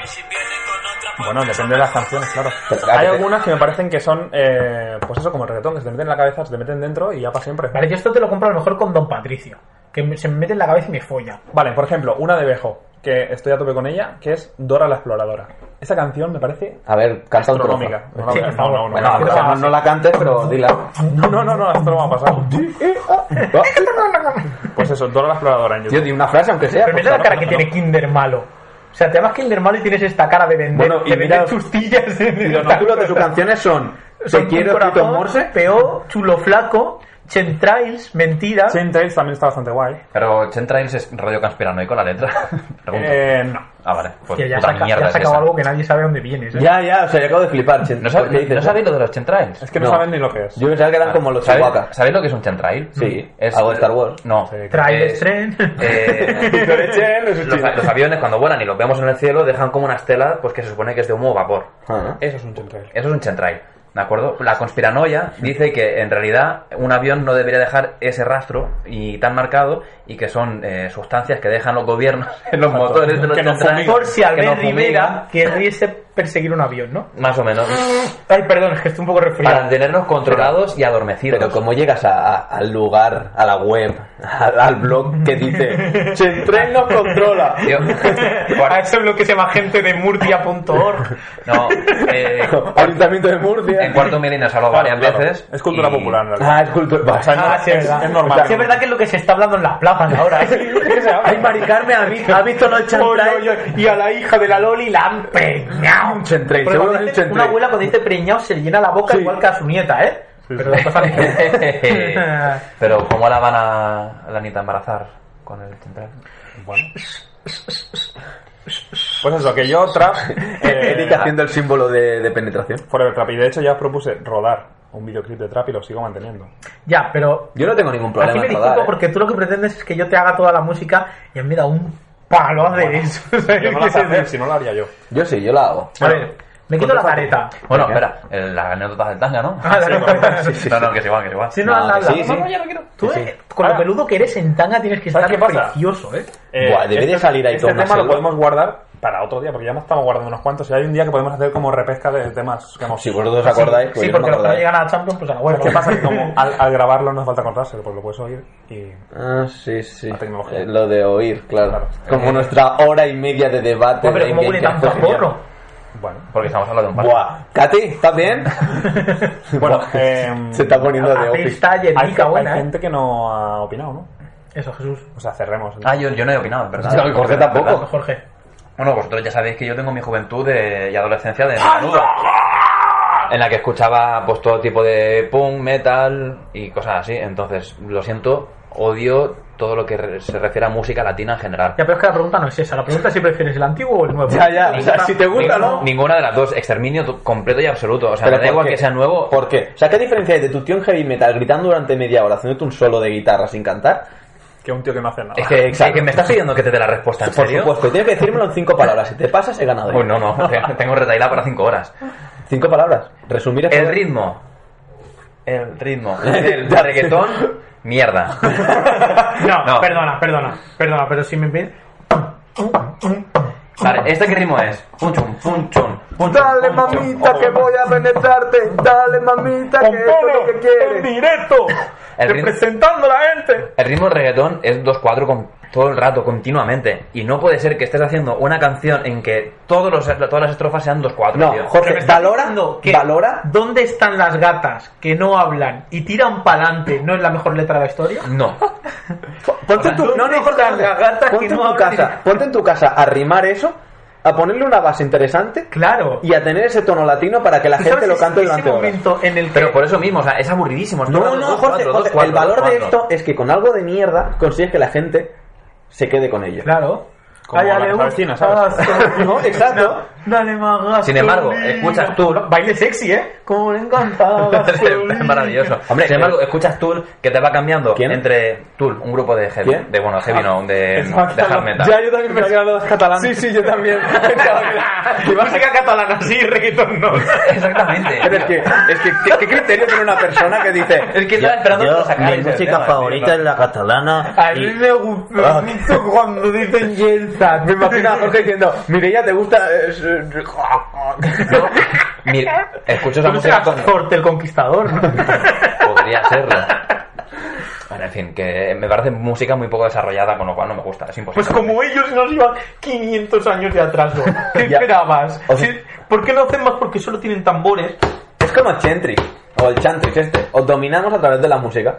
[SPEAKER 5] Bueno, depende de las canciones, claro.
[SPEAKER 6] Pero,
[SPEAKER 5] Hay
[SPEAKER 6] ah,
[SPEAKER 5] algunas que me parecen que son, eh, pues eso, como el reggaetón, que se te meten en la cabeza, se te meten dentro y ya para siempre.
[SPEAKER 3] Vale, yo esto te lo compro a lo mejor con Don Patricio. Que me- se me mete en la cabeza y me folla.
[SPEAKER 5] Vale, por ejemplo, una de Bejo, que estoy a tope con ella, que es Dora la Exploradora. Esa canción me parece
[SPEAKER 6] A ver, canta un trozo.
[SPEAKER 5] astronómica. No,
[SPEAKER 3] Sí,
[SPEAKER 5] la-
[SPEAKER 3] por
[SPEAKER 5] no,
[SPEAKER 3] favor.
[SPEAKER 5] no, no,
[SPEAKER 6] Bueno,
[SPEAKER 5] no,
[SPEAKER 6] o sea, no, no la cantes, pero dila.
[SPEAKER 5] no, no, no, no, esto lo vamos a pasar. Pues eso, Dora la Exploradora en
[SPEAKER 6] Tío,
[SPEAKER 5] YouTube.
[SPEAKER 6] di una frase, aunque sea.
[SPEAKER 3] Pero mira la cara que tiene Kinder Malo. O sea, te llamas Kinder Malo y tienes esta cara de vender,
[SPEAKER 6] Bueno, y
[SPEAKER 3] de vender
[SPEAKER 6] mira-
[SPEAKER 3] chustillas.
[SPEAKER 6] Y los títulos de sus canciones son Te quiero, Tito Morse.
[SPEAKER 3] Peor, Chulo Flaco, Chentrails, Mentira.
[SPEAKER 5] Chain Trails también está bastante guay.
[SPEAKER 4] Pero Chentrails es rollo conspiranoico la letra. Pregunta.
[SPEAKER 5] Eh, no.
[SPEAKER 4] Ah, vale. Pues
[SPEAKER 3] Hostia, ya
[SPEAKER 4] puta
[SPEAKER 3] saca- ya
[SPEAKER 4] mierda
[SPEAKER 3] has
[SPEAKER 4] es
[SPEAKER 3] sacado
[SPEAKER 4] esa.
[SPEAKER 3] algo que nadie sabe dónde vienes. ¿eh?
[SPEAKER 6] Ya, ya, o sea, yo acabo de flipar. Chen-
[SPEAKER 4] ¿No, sab-
[SPEAKER 6] ¿Qué dices?
[SPEAKER 4] no sabéis lo de los Chentrails?
[SPEAKER 5] Es que no,
[SPEAKER 6] No.
[SPEAKER 5] saben ni lo que es.
[SPEAKER 6] Yo pensaba que eran como los
[SPEAKER 4] ¿Sabéis,
[SPEAKER 6] chihuahuas.
[SPEAKER 4] sabéis lo que es un Chentrail?
[SPEAKER 6] Sí,
[SPEAKER 4] Es,
[SPEAKER 6] algo de Star Wars.
[SPEAKER 4] No.
[SPEAKER 5] Sí.
[SPEAKER 3] Trail
[SPEAKER 4] Es-
[SPEAKER 3] Tren.
[SPEAKER 4] Eh, los,
[SPEAKER 5] Los-
[SPEAKER 4] los aviones cuando vuelan y los vemos en el cielo dejan como una estela pues que se supone que es de humo o vapor.
[SPEAKER 6] Ah,
[SPEAKER 5] Eso es un Chain Trail.
[SPEAKER 4] Eso es un Chentrail. ¿De acuerdo? La conspiranoia dice que en realidad un avión no debería dejar ese rastro y tan marcado y que son eh, sustancias que dejan los gobiernos en los
[SPEAKER 5] Exacto.
[SPEAKER 4] motores de los
[SPEAKER 5] Que nos
[SPEAKER 4] Chentrails.
[SPEAKER 5] fumigan.
[SPEAKER 3] Por si
[SPEAKER 4] que
[SPEAKER 3] Albert
[SPEAKER 4] nos fumigan.
[SPEAKER 3] Rivera querriese perseguir un avión, ¿no?
[SPEAKER 4] Más o menos.
[SPEAKER 3] Ay, perdón, es que estoy un poco
[SPEAKER 4] Para
[SPEAKER 3] resfriado.
[SPEAKER 4] tenernos controlados y adormecidos.
[SPEAKER 6] Pero como llegas a- a- al lugar, a la web, al, al blog que dice Chentrail nos controla.
[SPEAKER 4] Tío,
[SPEAKER 3] A eso es lo que se llama gente de Murcia.org.
[SPEAKER 4] no, eh,
[SPEAKER 6] Ayuntamiento de Murcia.
[SPEAKER 4] en cuarto milenio se ha hablado varias
[SPEAKER 5] Claro, claro.
[SPEAKER 4] veces.
[SPEAKER 5] Es cultura
[SPEAKER 4] y-
[SPEAKER 5] popular, en realidad.
[SPEAKER 6] Ah, es cultura.
[SPEAKER 5] O sea, no-
[SPEAKER 3] Ah, sí, es
[SPEAKER 5] es,
[SPEAKER 3] verdad.
[SPEAKER 5] es normal.
[SPEAKER 3] Sí, es verdad que es lo que se está hablando en las plazas ahora. ¿eh?
[SPEAKER 6] Ay, Mari Carmen, ¿ha vi- ha visto los Chentrail?
[SPEAKER 3] Y a la hija de la Loli la han preñado.
[SPEAKER 6] Un Chentrail,
[SPEAKER 3] Porque cuando
[SPEAKER 6] seguro que es un
[SPEAKER 3] dice-
[SPEAKER 6] Chentrail.
[SPEAKER 3] Una abuela cuando dice preñado se llena la boca
[SPEAKER 6] Sí.
[SPEAKER 3] igual que a su nieta, ¿eh? Pero las cosas no.
[SPEAKER 4] Pero ¿cómo la van a la Anita embarazar con el central?
[SPEAKER 5] Bueno. Pues eso, que yo trap. eh,
[SPEAKER 6] Erika haciendo el símbolo de, de penetración.
[SPEAKER 5] Forever Trap. Y de hecho ya os propuse rodar un videoclip de trap y lo sigo manteniendo.
[SPEAKER 3] Ya, pero
[SPEAKER 6] Yo no tengo ningún
[SPEAKER 3] aquí
[SPEAKER 6] problema
[SPEAKER 3] me
[SPEAKER 6] en rodar.
[SPEAKER 3] disculpo
[SPEAKER 6] ¿eh?
[SPEAKER 3] porque tú lo que pretendes es que yo te haga toda la música y a mí me da un palo hacer eso. ¿sabes
[SPEAKER 5] Yo no
[SPEAKER 3] qué
[SPEAKER 5] la sé
[SPEAKER 3] decir?
[SPEAKER 5] hacer, si no lo haría yo.
[SPEAKER 6] Yo sí, yo la hago.
[SPEAKER 3] A ver, me quito la careta.
[SPEAKER 4] Bueno,
[SPEAKER 6] Venga.
[SPEAKER 4] espera, el- la anécdota del tanga, ¿no?
[SPEAKER 3] Ah, la careta.
[SPEAKER 4] No, no, que se va, que se va.
[SPEAKER 3] Si no,
[SPEAKER 6] No,
[SPEAKER 3] anda,
[SPEAKER 6] que
[SPEAKER 3] habla.
[SPEAKER 6] sí, sí.
[SPEAKER 3] No, no, ya no quiero. Tú,
[SPEAKER 6] Sí, sí.
[SPEAKER 3] eh, con lo
[SPEAKER 5] Ah.
[SPEAKER 3] peludo que eres en tanga, tienes que
[SPEAKER 5] ¿Sabes
[SPEAKER 3] estar
[SPEAKER 5] qué pasa?
[SPEAKER 3] precioso, ¿eh?
[SPEAKER 6] Buah, debe de salir ahí
[SPEAKER 5] Este
[SPEAKER 6] toda una
[SPEAKER 5] tema lo
[SPEAKER 6] selva.
[SPEAKER 5] podemos guardar para otro día, porque ya nos estamos guardando unos cuantos. Y hay un día que podemos hacer como repesca de temas que hemos...
[SPEAKER 6] Si vosotros os acordáis, pues
[SPEAKER 3] Ah, sí, porque
[SPEAKER 6] yo no me
[SPEAKER 3] los que no
[SPEAKER 6] acordáis.
[SPEAKER 3] llegan a la Champions, pues a la huevo.
[SPEAKER 5] ¿Qué pasa? Que como al, al grabarlo nos falta contárselo, pues lo puedes oír y...
[SPEAKER 6] Ah, sí, sí.
[SPEAKER 5] La tecnología.
[SPEAKER 6] Eh, lo de oír, claro.
[SPEAKER 5] Claro.
[SPEAKER 6] Como nuestra hora y media de debate.
[SPEAKER 3] No, pero
[SPEAKER 6] de
[SPEAKER 3] Eh, ¿cómo huele
[SPEAKER 6] enviar
[SPEAKER 3] tanto a
[SPEAKER 6] cosas.
[SPEAKER 3] porro?
[SPEAKER 5] Bueno.
[SPEAKER 4] Porque estamos hablando de un par.
[SPEAKER 6] Buah. Katy, ¿estás bien?
[SPEAKER 5] Bueno,
[SPEAKER 6] Buah,
[SPEAKER 5] eh,
[SPEAKER 6] se
[SPEAKER 3] em,
[SPEAKER 6] está poniendo de office.
[SPEAKER 3] Apesta y
[SPEAKER 5] Hay,
[SPEAKER 3] elica
[SPEAKER 5] hay
[SPEAKER 3] buena, ¿eh?
[SPEAKER 5] gente que no ha opinado, ¿no?
[SPEAKER 3] Eso, Jesús.
[SPEAKER 5] O sea, cerremos.
[SPEAKER 4] Ah, yo, yo no he opinado, es ¿verdad?
[SPEAKER 6] No, y Jorge tampoco.
[SPEAKER 3] Jorge.
[SPEAKER 4] Bueno, vosotros ya sabéis que yo tengo mi juventud de- y adolescencia de menudo. En la que escuchaba pues todo tipo de punk, metal y cosas así. Entonces, lo siento, odio todo lo que re- se refiere a música latina en general.
[SPEAKER 3] Ya, pero es que la pregunta no es esa. La pregunta es si prefieres el antiguo o el nuevo.
[SPEAKER 6] Ya, ya, o sea, si te gusta,
[SPEAKER 4] Ninguna-
[SPEAKER 6] ¿no?
[SPEAKER 4] Ninguna de las dos, exterminio to- completo y absoluto. O sea,
[SPEAKER 6] Pero
[SPEAKER 4] me da
[SPEAKER 6] ¿por
[SPEAKER 4] igual
[SPEAKER 6] qué?
[SPEAKER 4] que sea nuevo.
[SPEAKER 6] ¿Por qué? O sea, ¿qué diferencia hay de tu tío en heavy metal gritando durante media hora haciéndote un solo de guitarra sin cantar?
[SPEAKER 5] Que un tío que no hace nada.
[SPEAKER 4] Es que,
[SPEAKER 6] Exacto.
[SPEAKER 4] es que me estás pidiendo que te dé la respuesta, ¿en
[SPEAKER 6] Por
[SPEAKER 4] serio?
[SPEAKER 6] supuesto, y tienes que decírmelo en cinco palabras. Si te pasas, he ganado. yo.
[SPEAKER 4] Uy, no, no, te- tengo retailada para 5 horas.
[SPEAKER 6] Cinco palabras. Resumir es
[SPEAKER 4] El
[SPEAKER 6] poder.
[SPEAKER 4] ritmo. El ritmo. El reggaetón, mierda.
[SPEAKER 3] No,
[SPEAKER 4] No.
[SPEAKER 3] perdona, perdona. Perdona, pero si me pides...
[SPEAKER 4] Vale, ¿este qué ritmo es? Pum, chum, pum, chum. pum, chum,
[SPEAKER 6] Dale
[SPEAKER 4] pum, chum.
[SPEAKER 6] mamita que voy a penetrarte, dale mamita que esto es lo que quieres.
[SPEAKER 3] directo!
[SPEAKER 4] El ritmo-
[SPEAKER 3] ¡Representando a la gente!
[SPEAKER 4] El ritmo reggaetón es 2-4 con todo el rato, continuamente. Y no puede ser que estés haciendo una canción en que todos los, todas las estrofas sean 2-4.
[SPEAKER 6] No,
[SPEAKER 4] tío.
[SPEAKER 6] Jorge,
[SPEAKER 3] Pero me estás
[SPEAKER 6] valora,
[SPEAKER 3] diciendo que
[SPEAKER 6] valora.
[SPEAKER 3] ¿Dónde están las gatas que no hablan y tiran pa'lante? ¿No es la mejor letra de la historia?
[SPEAKER 4] No.
[SPEAKER 6] Ponte en tu,
[SPEAKER 3] ¿dónde
[SPEAKER 6] no, no, Jorge,
[SPEAKER 3] están
[SPEAKER 6] no,
[SPEAKER 3] las gatas
[SPEAKER 6] ponte
[SPEAKER 3] que
[SPEAKER 6] en
[SPEAKER 3] no
[SPEAKER 6] tu
[SPEAKER 3] hablan?
[SPEAKER 6] casa, ponte en tu casa a rimar eso a ponerle una base interesante
[SPEAKER 3] Claro.
[SPEAKER 6] y a tener ese tono latino para que la
[SPEAKER 3] ¿Tú
[SPEAKER 6] gente
[SPEAKER 3] sabes
[SPEAKER 6] lo
[SPEAKER 3] ese-
[SPEAKER 6] cante
[SPEAKER 3] ese
[SPEAKER 6] durante horas.
[SPEAKER 3] momento en el que...
[SPEAKER 4] Pero por eso mismo, o sea, es aburridísimo. es todo
[SPEAKER 6] No,
[SPEAKER 4] el
[SPEAKER 6] no,
[SPEAKER 4] dos,
[SPEAKER 6] Jorge,
[SPEAKER 4] cuatro,
[SPEAKER 6] Jorge,
[SPEAKER 4] dos, cuatro,
[SPEAKER 6] el valor
[SPEAKER 4] dos,
[SPEAKER 6] de
[SPEAKER 4] cuatro.
[SPEAKER 6] esto es que con algo de mierda consigues que la gente se quede con ello.
[SPEAKER 3] Claro.
[SPEAKER 5] Como
[SPEAKER 3] Ay,
[SPEAKER 5] la
[SPEAKER 3] dale
[SPEAKER 5] casa
[SPEAKER 3] un
[SPEAKER 5] vecina, ¿sabes?
[SPEAKER 3] gasto.
[SPEAKER 6] No, exacto.
[SPEAKER 3] No, dale más gasto,
[SPEAKER 4] Sin embargo,
[SPEAKER 3] niño.
[SPEAKER 4] escuchas tú-
[SPEAKER 3] Baile sexy, ¿eh? Como le encanta. gasto,
[SPEAKER 4] es maravilloso.
[SPEAKER 3] niño.
[SPEAKER 6] Hombre, eh,
[SPEAKER 4] Sin embargo, escuchas Tool que te va cambiando
[SPEAKER 6] ¿Quién?
[SPEAKER 4] entre Tool, un grupo de heavy,
[SPEAKER 6] ¿Quién?
[SPEAKER 4] de bueno, heavy no, de, de hard metal.
[SPEAKER 6] Ya yo también me he los catalanes. Sí, sí, yo también.
[SPEAKER 4] Música catalana sí, reggaeton no. Exactamente.
[SPEAKER 6] Pero es que, es que ¿qué, qué criterio tiene una persona que dice?
[SPEAKER 4] Es que estaba esperando que lo sacara
[SPEAKER 7] mi
[SPEAKER 4] ese
[SPEAKER 7] música
[SPEAKER 4] tema,
[SPEAKER 7] favorita
[SPEAKER 4] tío,
[SPEAKER 7] es la catalana.
[SPEAKER 3] A
[SPEAKER 7] y-
[SPEAKER 3] mí me gusta
[SPEAKER 7] Ah.
[SPEAKER 3] mucho cuando dicen Yelza.
[SPEAKER 6] Me imagino a Jorge diciendo, Mireia, ¿te gusta? Es-
[SPEAKER 4] No, mira, escucho esa
[SPEAKER 3] Pero será
[SPEAKER 4] música con...
[SPEAKER 3] Corte el Conquistador.
[SPEAKER 4] Podría serlo. Bueno, en fin, que me parece música muy poco desarrollada, con lo cual no me gusta, es imposible.
[SPEAKER 3] Pues como ellos nos llevan 500 años de atraso. ¿Qué
[SPEAKER 6] Ya.
[SPEAKER 3] esperabas?
[SPEAKER 6] O sea-
[SPEAKER 3] Sí, ¿Por qué no hacen más? Porque solo tienen tambores.
[SPEAKER 6] Es como Chentry, o el Chantrix este. Os dominamos a través de la música.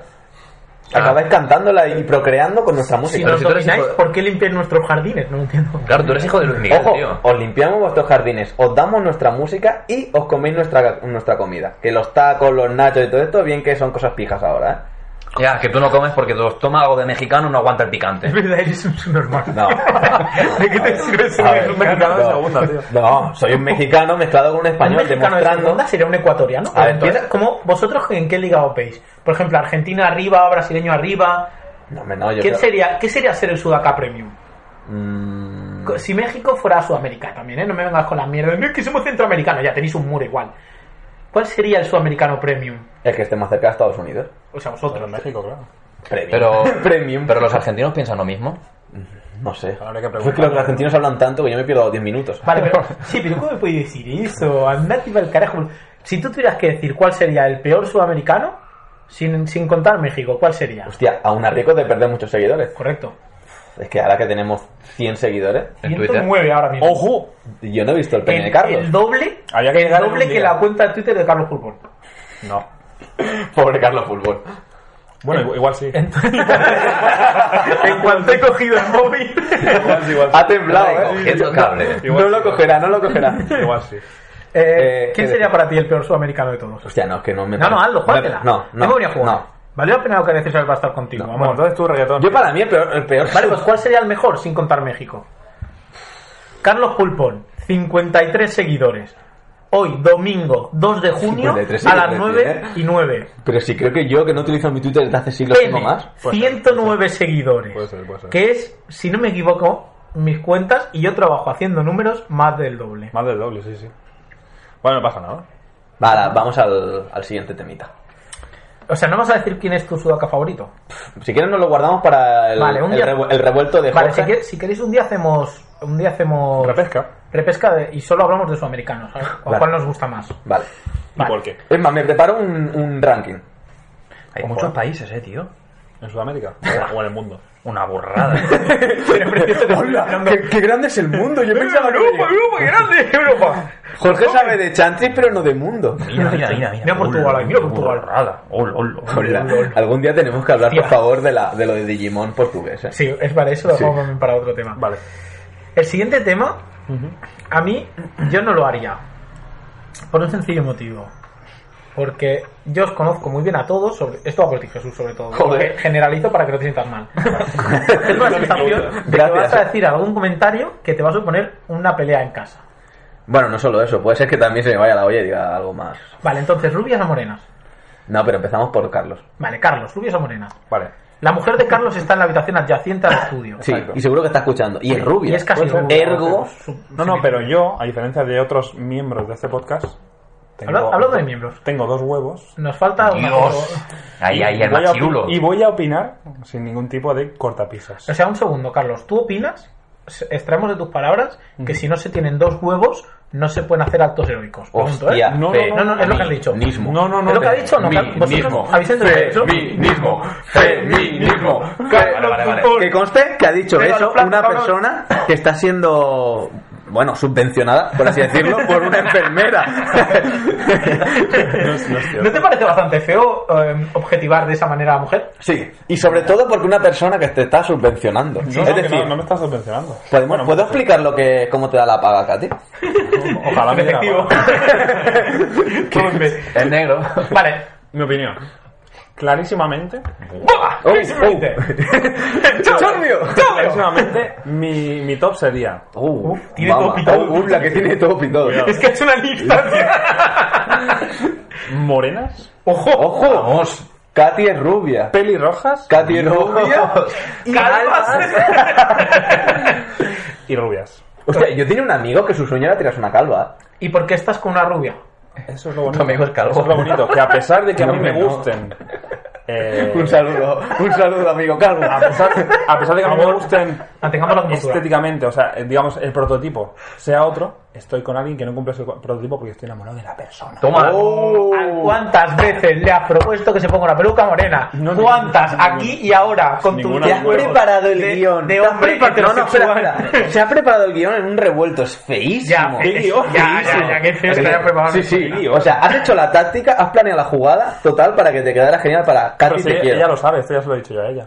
[SPEAKER 6] Acabáis cantándola y procreando con nuestra
[SPEAKER 3] Si
[SPEAKER 6] música.
[SPEAKER 3] nos
[SPEAKER 4] tú eres
[SPEAKER 3] domináis,
[SPEAKER 4] hijo de-
[SPEAKER 3] ¿por qué limpian nuestros jardines? No entiendo.
[SPEAKER 4] Claro, tú eres hijo de Luis Miguel,
[SPEAKER 6] Ojo,
[SPEAKER 4] tío.
[SPEAKER 6] os limpiamos vuestros jardines, os damos nuestra música y os coméis nuestra, nuestra comida. Que los tacos, los nachos y todo esto, bien que son cosas pijas ahora, ¿eh?
[SPEAKER 4] Ya, que tú no comes porque tu estómago de mexicano no aguanta el picante.
[SPEAKER 3] Es verdad, eres un subnormal.
[SPEAKER 6] ¿eh? No.
[SPEAKER 3] ¿De qué te sirve
[SPEAKER 6] A
[SPEAKER 3] ser
[SPEAKER 6] ver,
[SPEAKER 3] un mexicano de
[SPEAKER 6] no.
[SPEAKER 3] segunda, tío?
[SPEAKER 6] No, soy un mexicano mezclado con un español
[SPEAKER 3] ¿Un mexicano de
[SPEAKER 6] demostrando. Ah,
[SPEAKER 3] segunda sería un ecuatoriano.
[SPEAKER 6] A ver,
[SPEAKER 3] Entonces,
[SPEAKER 6] entonces-
[SPEAKER 3] ¿cómo vosotros en qué liga os veis? Por ejemplo, Argentina arriba, brasileño arriba.
[SPEAKER 6] No, hombre, no, yo
[SPEAKER 3] ¿Qué
[SPEAKER 6] creo-
[SPEAKER 3] sería, ¿Qué sería ser el Sudaca Premium?
[SPEAKER 6] Mm,
[SPEAKER 3] Si México fuera Sudamérica también, ¿eh? No me vengas con la mierda. No es que somos centroamericanos, ya tenéis un muro igual. ¿Cuál sería el Sudamericano Premium?
[SPEAKER 6] el que esté más cerca de Estados Unidos.
[SPEAKER 3] O sea,
[SPEAKER 5] Pero
[SPEAKER 3] vosotros.
[SPEAKER 5] en México, claro.
[SPEAKER 6] Premium.
[SPEAKER 4] Pero,
[SPEAKER 6] Premium.
[SPEAKER 4] pero los argentinos piensan lo mismo.
[SPEAKER 6] No sé.
[SPEAKER 5] Habría que
[SPEAKER 6] Es que los
[SPEAKER 5] preguntar.
[SPEAKER 6] argentinos hablan tanto que yo me pierdo 10 minutos.
[SPEAKER 3] Vale, pero. Sí, pero ¿cómo me puedes decir eso? Andate al carajo. Si tú tuvieras que decir cuál sería el peor sudamericano, sin, sin contar México, ¿cuál sería?
[SPEAKER 6] Hostia, aún a riesgo de perder muchos seguidores.
[SPEAKER 3] Correcto.
[SPEAKER 6] Es que ahora que tenemos 100 seguidores,
[SPEAKER 4] En Twitter.
[SPEAKER 3] 109 ahora mismo.
[SPEAKER 6] ¡ojo! Yo no he visto el pene de
[SPEAKER 3] El,
[SPEAKER 6] Carlos.
[SPEAKER 3] el doble,
[SPEAKER 5] Había que
[SPEAKER 3] el
[SPEAKER 5] darle un
[SPEAKER 3] doble que
[SPEAKER 5] día.
[SPEAKER 3] la cuenta de Twitter de Carlos Fútbol.
[SPEAKER 5] No.
[SPEAKER 6] Pobre Carlos Fútbol.
[SPEAKER 5] Bueno, igual, igual sí.
[SPEAKER 3] en cuanto he cogido el móvil.
[SPEAKER 5] igual sí, igual sí.
[SPEAKER 6] Ha temblado, ¿eh?
[SPEAKER 4] Cogiendo cable.
[SPEAKER 6] No, no lo cogerá, no lo cogerá.
[SPEAKER 5] Igual sí.
[SPEAKER 3] Eh,
[SPEAKER 6] Eh,
[SPEAKER 3] ¿Quién
[SPEAKER 6] ¿qué
[SPEAKER 3] sería
[SPEAKER 6] decir?
[SPEAKER 3] para ti el peor sudamericano de todos?
[SPEAKER 6] Hostia, no, que no me...
[SPEAKER 3] No, no, hazlo, jugátela.
[SPEAKER 6] No, no.
[SPEAKER 3] Yo me voy a jugar.
[SPEAKER 6] no.
[SPEAKER 3] Vale la pena lo que necesitas para estar contigo,
[SPEAKER 5] Bueno,
[SPEAKER 3] amor.
[SPEAKER 5] entonces tú reggaetón.
[SPEAKER 6] Yo para mí el peor... El peor
[SPEAKER 3] Vale, pues ¿cuál sería el mejor sin contar México? Carlos Pulpón, 53 seguidores. Hoy, domingo 2 de junio,
[SPEAKER 6] 53
[SPEAKER 3] a las
[SPEAKER 6] seguidores,
[SPEAKER 3] 9
[SPEAKER 6] ¿eh?
[SPEAKER 3] y 9.
[SPEAKER 6] Pero si creo que yo, que no utilizo mi Twitter desde hace siglos,
[SPEAKER 3] Pene,
[SPEAKER 6] tengo más.
[SPEAKER 5] Puede
[SPEAKER 3] 109 seguidores.
[SPEAKER 5] Puede ser, puede ser.
[SPEAKER 3] Que es, si no me equivoco, mis cuentas y yo trabajo haciendo números más del doble.
[SPEAKER 5] Más del doble, sí, sí. Bueno, no pasa nada.
[SPEAKER 6] Vale, vamos al, al siguiente temita.
[SPEAKER 3] O sea, no vas a decir quién es tu sudaca favorito.
[SPEAKER 6] Si quieren nos lo guardamos para el,
[SPEAKER 3] Vale, un
[SPEAKER 6] el
[SPEAKER 3] día-
[SPEAKER 6] revu- el revuelto de
[SPEAKER 3] Vale,
[SPEAKER 6] Jorge.
[SPEAKER 3] si, quer- si queréis un día hacemos un día hacemos
[SPEAKER 5] Repesca.
[SPEAKER 3] repesca de- y solo hablamos de sudamericanos, ¿eh? ¿sabes? ¿O
[SPEAKER 6] Vale.
[SPEAKER 3] cuál nos gusta más?
[SPEAKER 6] Vale.
[SPEAKER 5] ¿Y
[SPEAKER 3] Vale.
[SPEAKER 5] por qué?
[SPEAKER 6] Es más, me preparo un, un ranking.
[SPEAKER 4] Hay muchos países, eh, tío.
[SPEAKER 5] ¿En Sudamérica? ¿O- ¿O en el mundo?
[SPEAKER 4] Una burrada.
[SPEAKER 3] Pero precioso, te estoy mirando.
[SPEAKER 6] grande es el mundo! Yo
[SPEAKER 3] Europa, Europa, qué grande, Europa.
[SPEAKER 6] Jorge sabe de chantis, pero no de mundo.
[SPEAKER 4] Mira, mira, mira. Mira,
[SPEAKER 3] Mira Portugal ahí, mira Portugal.
[SPEAKER 4] Burrada. Ol, ol, ol.
[SPEAKER 6] Hola. Algún día tenemos que hablar, por
[SPEAKER 3] Hostia.
[SPEAKER 6] favor, de, la, de lo de Digimon portugués. ¿eh?
[SPEAKER 3] Sí, es para eso lo dejamos también para otro tema.
[SPEAKER 5] Vale.
[SPEAKER 3] El siguiente tema, a mí, yo no lo haría. Por un sencillo motivo. Porque yo os conozco muy bien a todos, sobre, esto va por ti Jesús sobre todo,
[SPEAKER 6] Joder.
[SPEAKER 3] porque generalizo para que no te sientas mal. Tengo la sensación de que
[SPEAKER 6] Gracias.
[SPEAKER 3] vas a decir algún comentario que te va a suponer una pelea en casa.
[SPEAKER 6] Bueno, no solo eso, puede ser que también se me vaya la olla y diga algo más.
[SPEAKER 3] Vale, entonces, rubias o morenas.
[SPEAKER 6] No, pero empezamos por Carlos.
[SPEAKER 3] Vale, Carlos, rubias o morenas.
[SPEAKER 5] Vale.
[SPEAKER 3] La mujer de Carlos está en la habitación adyacente al estudio.
[SPEAKER 6] Sí,
[SPEAKER 5] Exacto.
[SPEAKER 6] y seguro que está escuchando. Y es rubia.
[SPEAKER 3] Y es casi
[SPEAKER 6] Puede ser.
[SPEAKER 3] rubia.
[SPEAKER 6] Ergo.
[SPEAKER 3] Su-
[SPEAKER 5] No, no, pero yo, a diferencia de otros miembros de este podcast... tengo-
[SPEAKER 3] Habla- hablando de miembros.
[SPEAKER 5] Tengo dos huevos.
[SPEAKER 3] Nos falta una-
[SPEAKER 4] Dios. Ahí, ahí, el
[SPEAKER 5] voy a opi-
[SPEAKER 4] machirulo.
[SPEAKER 5] y voy a opinar sin ningún tipo de cortapisas.
[SPEAKER 3] O sea, un segundo, Carlos. ¿Tú opinas? s- Extraemos de tus palabras que si no se tienen dos huevos, no se pueden hacer actos heroicos. Pregunto, ¿eh?
[SPEAKER 6] Hostia,
[SPEAKER 5] No, no,
[SPEAKER 6] fe-
[SPEAKER 3] No, no, es lo que has dicho.
[SPEAKER 6] Mismo.
[SPEAKER 5] No, no, no.
[SPEAKER 3] ¿Es lo que ha
[SPEAKER 5] te-
[SPEAKER 3] dicho? No, Car- vosotros habéis entendido.
[SPEAKER 6] Feminismo. Feminismo.
[SPEAKER 4] Vale, vale, vale, vale.
[SPEAKER 6] Que conste que ha dicho
[SPEAKER 3] Venga,
[SPEAKER 6] eso
[SPEAKER 3] los platos,
[SPEAKER 6] una
[SPEAKER 3] cabrón.
[SPEAKER 6] persona que está siendo. bueno, subvencionada, por así decirlo, por una enfermera.
[SPEAKER 3] ¿No te parece bastante feo eh, objetivar de esa manera a la mujer?
[SPEAKER 6] sí, y sobre todo porque una persona que te está subvencionando.
[SPEAKER 5] No, no,
[SPEAKER 6] es
[SPEAKER 5] que
[SPEAKER 6] decir,
[SPEAKER 5] no, no me estás subvencionando.
[SPEAKER 6] ¿podemos-
[SPEAKER 5] Bueno,
[SPEAKER 6] ¿puedo explicar lo que cómo te da la paga, Katy?
[SPEAKER 5] Ojalá me diera
[SPEAKER 3] Efectivo.
[SPEAKER 5] mal.
[SPEAKER 3] Todo en vez.
[SPEAKER 4] Es negro.
[SPEAKER 3] Vale.
[SPEAKER 5] Mi opinión. Clarísimamente,
[SPEAKER 6] Oh,
[SPEAKER 3] ¿Qué se me
[SPEAKER 6] oh.
[SPEAKER 3] dice? Chao,
[SPEAKER 6] Chorrio.
[SPEAKER 3] chao.
[SPEAKER 5] clarísimamente, mi, mi top sería
[SPEAKER 6] Uh,
[SPEAKER 3] tiene
[SPEAKER 6] vamos.
[SPEAKER 3] top y todo.
[SPEAKER 6] Uh, uh, la que tiene top y todo.
[SPEAKER 5] Cuidado.
[SPEAKER 3] Es que es una lista.
[SPEAKER 5] morenas,
[SPEAKER 6] ¡Ojo! ¡Ojo! Vamos. Katy es rubia.
[SPEAKER 5] pelirrojas
[SPEAKER 6] Katy es rubia.
[SPEAKER 3] Y calvas.
[SPEAKER 5] y rubias.
[SPEAKER 6] Hostia, yo tenía un amigo que su sueño era tirarse una calva.
[SPEAKER 3] ¿Y por qué estás con una rubia?
[SPEAKER 5] Eso es lo bonito.
[SPEAKER 4] Tu amigo es calvo.
[SPEAKER 5] Eso es lo bonito, que a pesar de que a
[SPEAKER 6] No,
[SPEAKER 5] mí me
[SPEAKER 6] hombre, no.
[SPEAKER 5] gusten... eh,
[SPEAKER 6] Un saludo, un saludo, amigo calvo.
[SPEAKER 5] a, pesar, a pesar de que a mí me gusten
[SPEAKER 3] Mantengamos la compostura.
[SPEAKER 5] estéticamente, o sea, eh, digamos, el prototipo sea otro, estoy con alguien que no cumple ese cu- prototipo porque estoy enamorado de la persona.
[SPEAKER 4] Toma.
[SPEAKER 6] Oh.
[SPEAKER 3] ¿A ¿Cuántas veces le has propuesto que se ponga una peluca morena?
[SPEAKER 5] No, no,
[SPEAKER 3] ¿Cuántas?
[SPEAKER 5] ninguna.
[SPEAKER 3] Aquí y ahora, con tu
[SPEAKER 5] Ninguna.
[SPEAKER 6] Te has
[SPEAKER 5] Bueno,
[SPEAKER 6] preparado el
[SPEAKER 3] de-
[SPEAKER 6] guión.
[SPEAKER 3] de
[SPEAKER 6] te has
[SPEAKER 3] hombre
[SPEAKER 6] preparado- no, no, espera,
[SPEAKER 3] heterosexual.
[SPEAKER 6] espera. Se ha preparado el guión en un revuelto. Es
[SPEAKER 3] Ya,
[SPEAKER 6] feísimo.
[SPEAKER 3] es- Ah, ya, ya, ya, qué feo que te hayas preparado.
[SPEAKER 6] Sí, sí. O sea, has hecho la táctica, has planeado la jugada total para que te quedara genial para
[SPEAKER 5] Pero
[SPEAKER 6] Katy
[SPEAKER 5] si
[SPEAKER 6] te
[SPEAKER 5] ella,
[SPEAKER 6] quiero.
[SPEAKER 5] ella lo sabe, esto ya se lo he dicho yo a ella.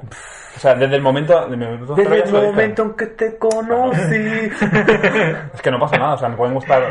[SPEAKER 5] O sea, desde el momento... Desde el momento,
[SPEAKER 6] Desde
[SPEAKER 5] ya
[SPEAKER 6] el
[SPEAKER 5] se lo dije.
[SPEAKER 6] momento en que te conocí.
[SPEAKER 5] Es que no pasa nada, o sea, me pueden gustar...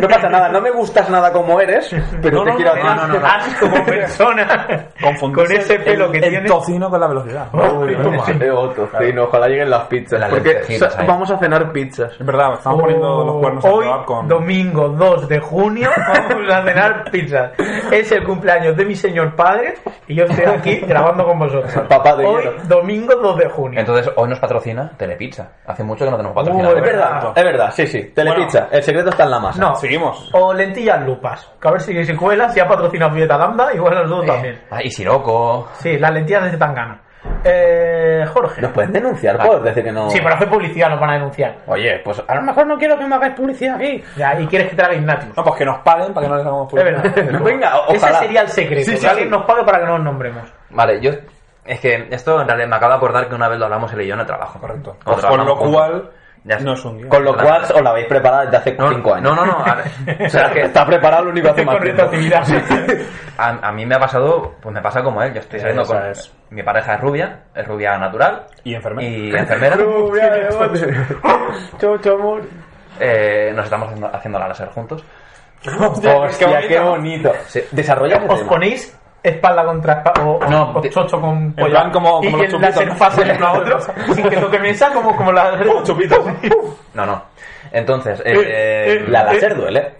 [SPEAKER 6] No pasa nada, no me gustas nada como eres, pero
[SPEAKER 5] No,
[SPEAKER 6] te
[SPEAKER 5] no,
[SPEAKER 6] quiero
[SPEAKER 5] no,
[SPEAKER 6] a ti.
[SPEAKER 5] no, no, no.
[SPEAKER 3] Haz como persona.
[SPEAKER 5] Confundirse
[SPEAKER 3] con ese
[SPEAKER 5] el-
[SPEAKER 3] pelo que
[SPEAKER 5] el
[SPEAKER 3] tienes.
[SPEAKER 5] tocino con la velocidad.
[SPEAKER 6] Uy, ese otro, sí, no, ojalá lleguen las pizzas.
[SPEAKER 4] Las
[SPEAKER 6] porque
[SPEAKER 4] lentejitas
[SPEAKER 6] sa-
[SPEAKER 4] ahí.
[SPEAKER 6] vamos a cenar pizzas.
[SPEAKER 5] Es verdad, estamos poniendo los cuernos a
[SPEAKER 3] Oh, Hoy,
[SPEAKER 5] Kebab con...
[SPEAKER 3] domingo 2 de junio, vamos a cenar pizzas. Es el cumpleaños de mi señor padre y yo estoy aquí grabando con vosotros.
[SPEAKER 6] Papá de
[SPEAKER 3] Hoy,
[SPEAKER 6] hierro.
[SPEAKER 3] domingo 2 de junio.
[SPEAKER 4] Entonces, hoy nos patrocina Telepizza. Hace mucho que no tenemos
[SPEAKER 6] Es
[SPEAKER 4] patrocinador.
[SPEAKER 6] verdad, es verdad, sí, sí. Telepizza, el secreto está en la masa.
[SPEAKER 3] no,
[SPEAKER 5] Seguimos.
[SPEAKER 3] o lentillas lupas. Que a ver si, si cuela, si ha patrocinado Vieta Lambda, igual nosotros también.
[SPEAKER 4] Ah, y Siroco.
[SPEAKER 3] Sí, las lentillas de Tangana. Eh, Jorge.
[SPEAKER 6] Nos pueden denunciar
[SPEAKER 4] Ah.
[SPEAKER 6] por decir que no.
[SPEAKER 3] Sí, pero hacer publicidad nos van a denunciar.
[SPEAKER 6] Oye, pues a lo mejor no quiero que me hagáis publicidad aquí.
[SPEAKER 3] Ya, y quieres que traiga Ignatius.
[SPEAKER 5] No, pues que nos paguen para que no les hagamos
[SPEAKER 3] Es
[SPEAKER 5] publicidad.
[SPEAKER 3] verdad.
[SPEAKER 6] Venga, o-
[SPEAKER 3] Ese
[SPEAKER 6] ojalá.
[SPEAKER 3] sería el secreto.
[SPEAKER 6] Sí,
[SPEAKER 3] que
[SPEAKER 6] sí,
[SPEAKER 3] alguien
[SPEAKER 6] sí.
[SPEAKER 3] nos pague para que no nos nombremos.
[SPEAKER 4] Vale, yo. Es que esto en realidad me acabo de acordar que una vez lo hablamos él y yo en el trabajo.
[SPEAKER 5] Correcto.
[SPEAKER 6] Pues
[SPEAKER 4] Cuando
[SPEAKER 5] con lo
[SPEAKER 4] trabajamos juntos.
[SPEAKER 5] cual,
[SPEAKER 4] Ya sé.
[SPEAKER 5] no es un guión.
[SPEAKER 6] Con lo cual, os la habéis preparado desde hace
[SPEAKER 4] No,
[SPEAKER 6] 5 años.
[SPEAKER 4] No, no, no. a ver,
[SPEAKER 6] O sea, que está preparado lo único que hace
[SPEAKER 3] Con
[SPEAKER 6] más tiempo.
[SPEAKER 3] retroactividad.
[SPEAKER 4] A, a mí me ha pasado, pues me pasa como él. Yo estoy
[SPEAKER 5] Ya,
[SPEAKER 4] saliendo
[SPEAKER 5] esa
[SPEAKER 4] con.
[SPEAKER 5] es.
[SPEAKER 4] Mi pareja es rubia, es rubia natural.
[SPEAKER 5] Y enfermera.
[SPEAKER 4] Y enfermera. Eh, nos estamos haciendo, haciendo la láser juntos.
[SPEAKER 3] Ah,
[SPEAKER 6] Hostia, qué bonito.
[SPEAKER 4] Sí.
[SPEAKER 6] Desarrolla ese
[SPEAKER 3] Os
[SPEAKER 6] tema.
[SPEAKER 3] ponéis espalda contra espalda o, o-
[SPEAKER 4] No,
[SPEAKER 3] o
[SPEAKER 4] de-
[SPEAKER 3] chocho con
[SPEAKER 5] en plan como- como
[SPEAKER 3] y
[SPEAKER 5] los
[SPEAKER 3] el
[SPEAKER 5] chupitos,
[SPEAKER 3] láser
[SPEAKER 5] ¿no?
[SPEAKER 3] pasa de uno a otro sin que toque mesa como, como la...
[SPEAKER 5] chupitos.
[SPEAKER 4] No, no. Entonces, eh, eh,
[SPEAKER 6] La láser duele.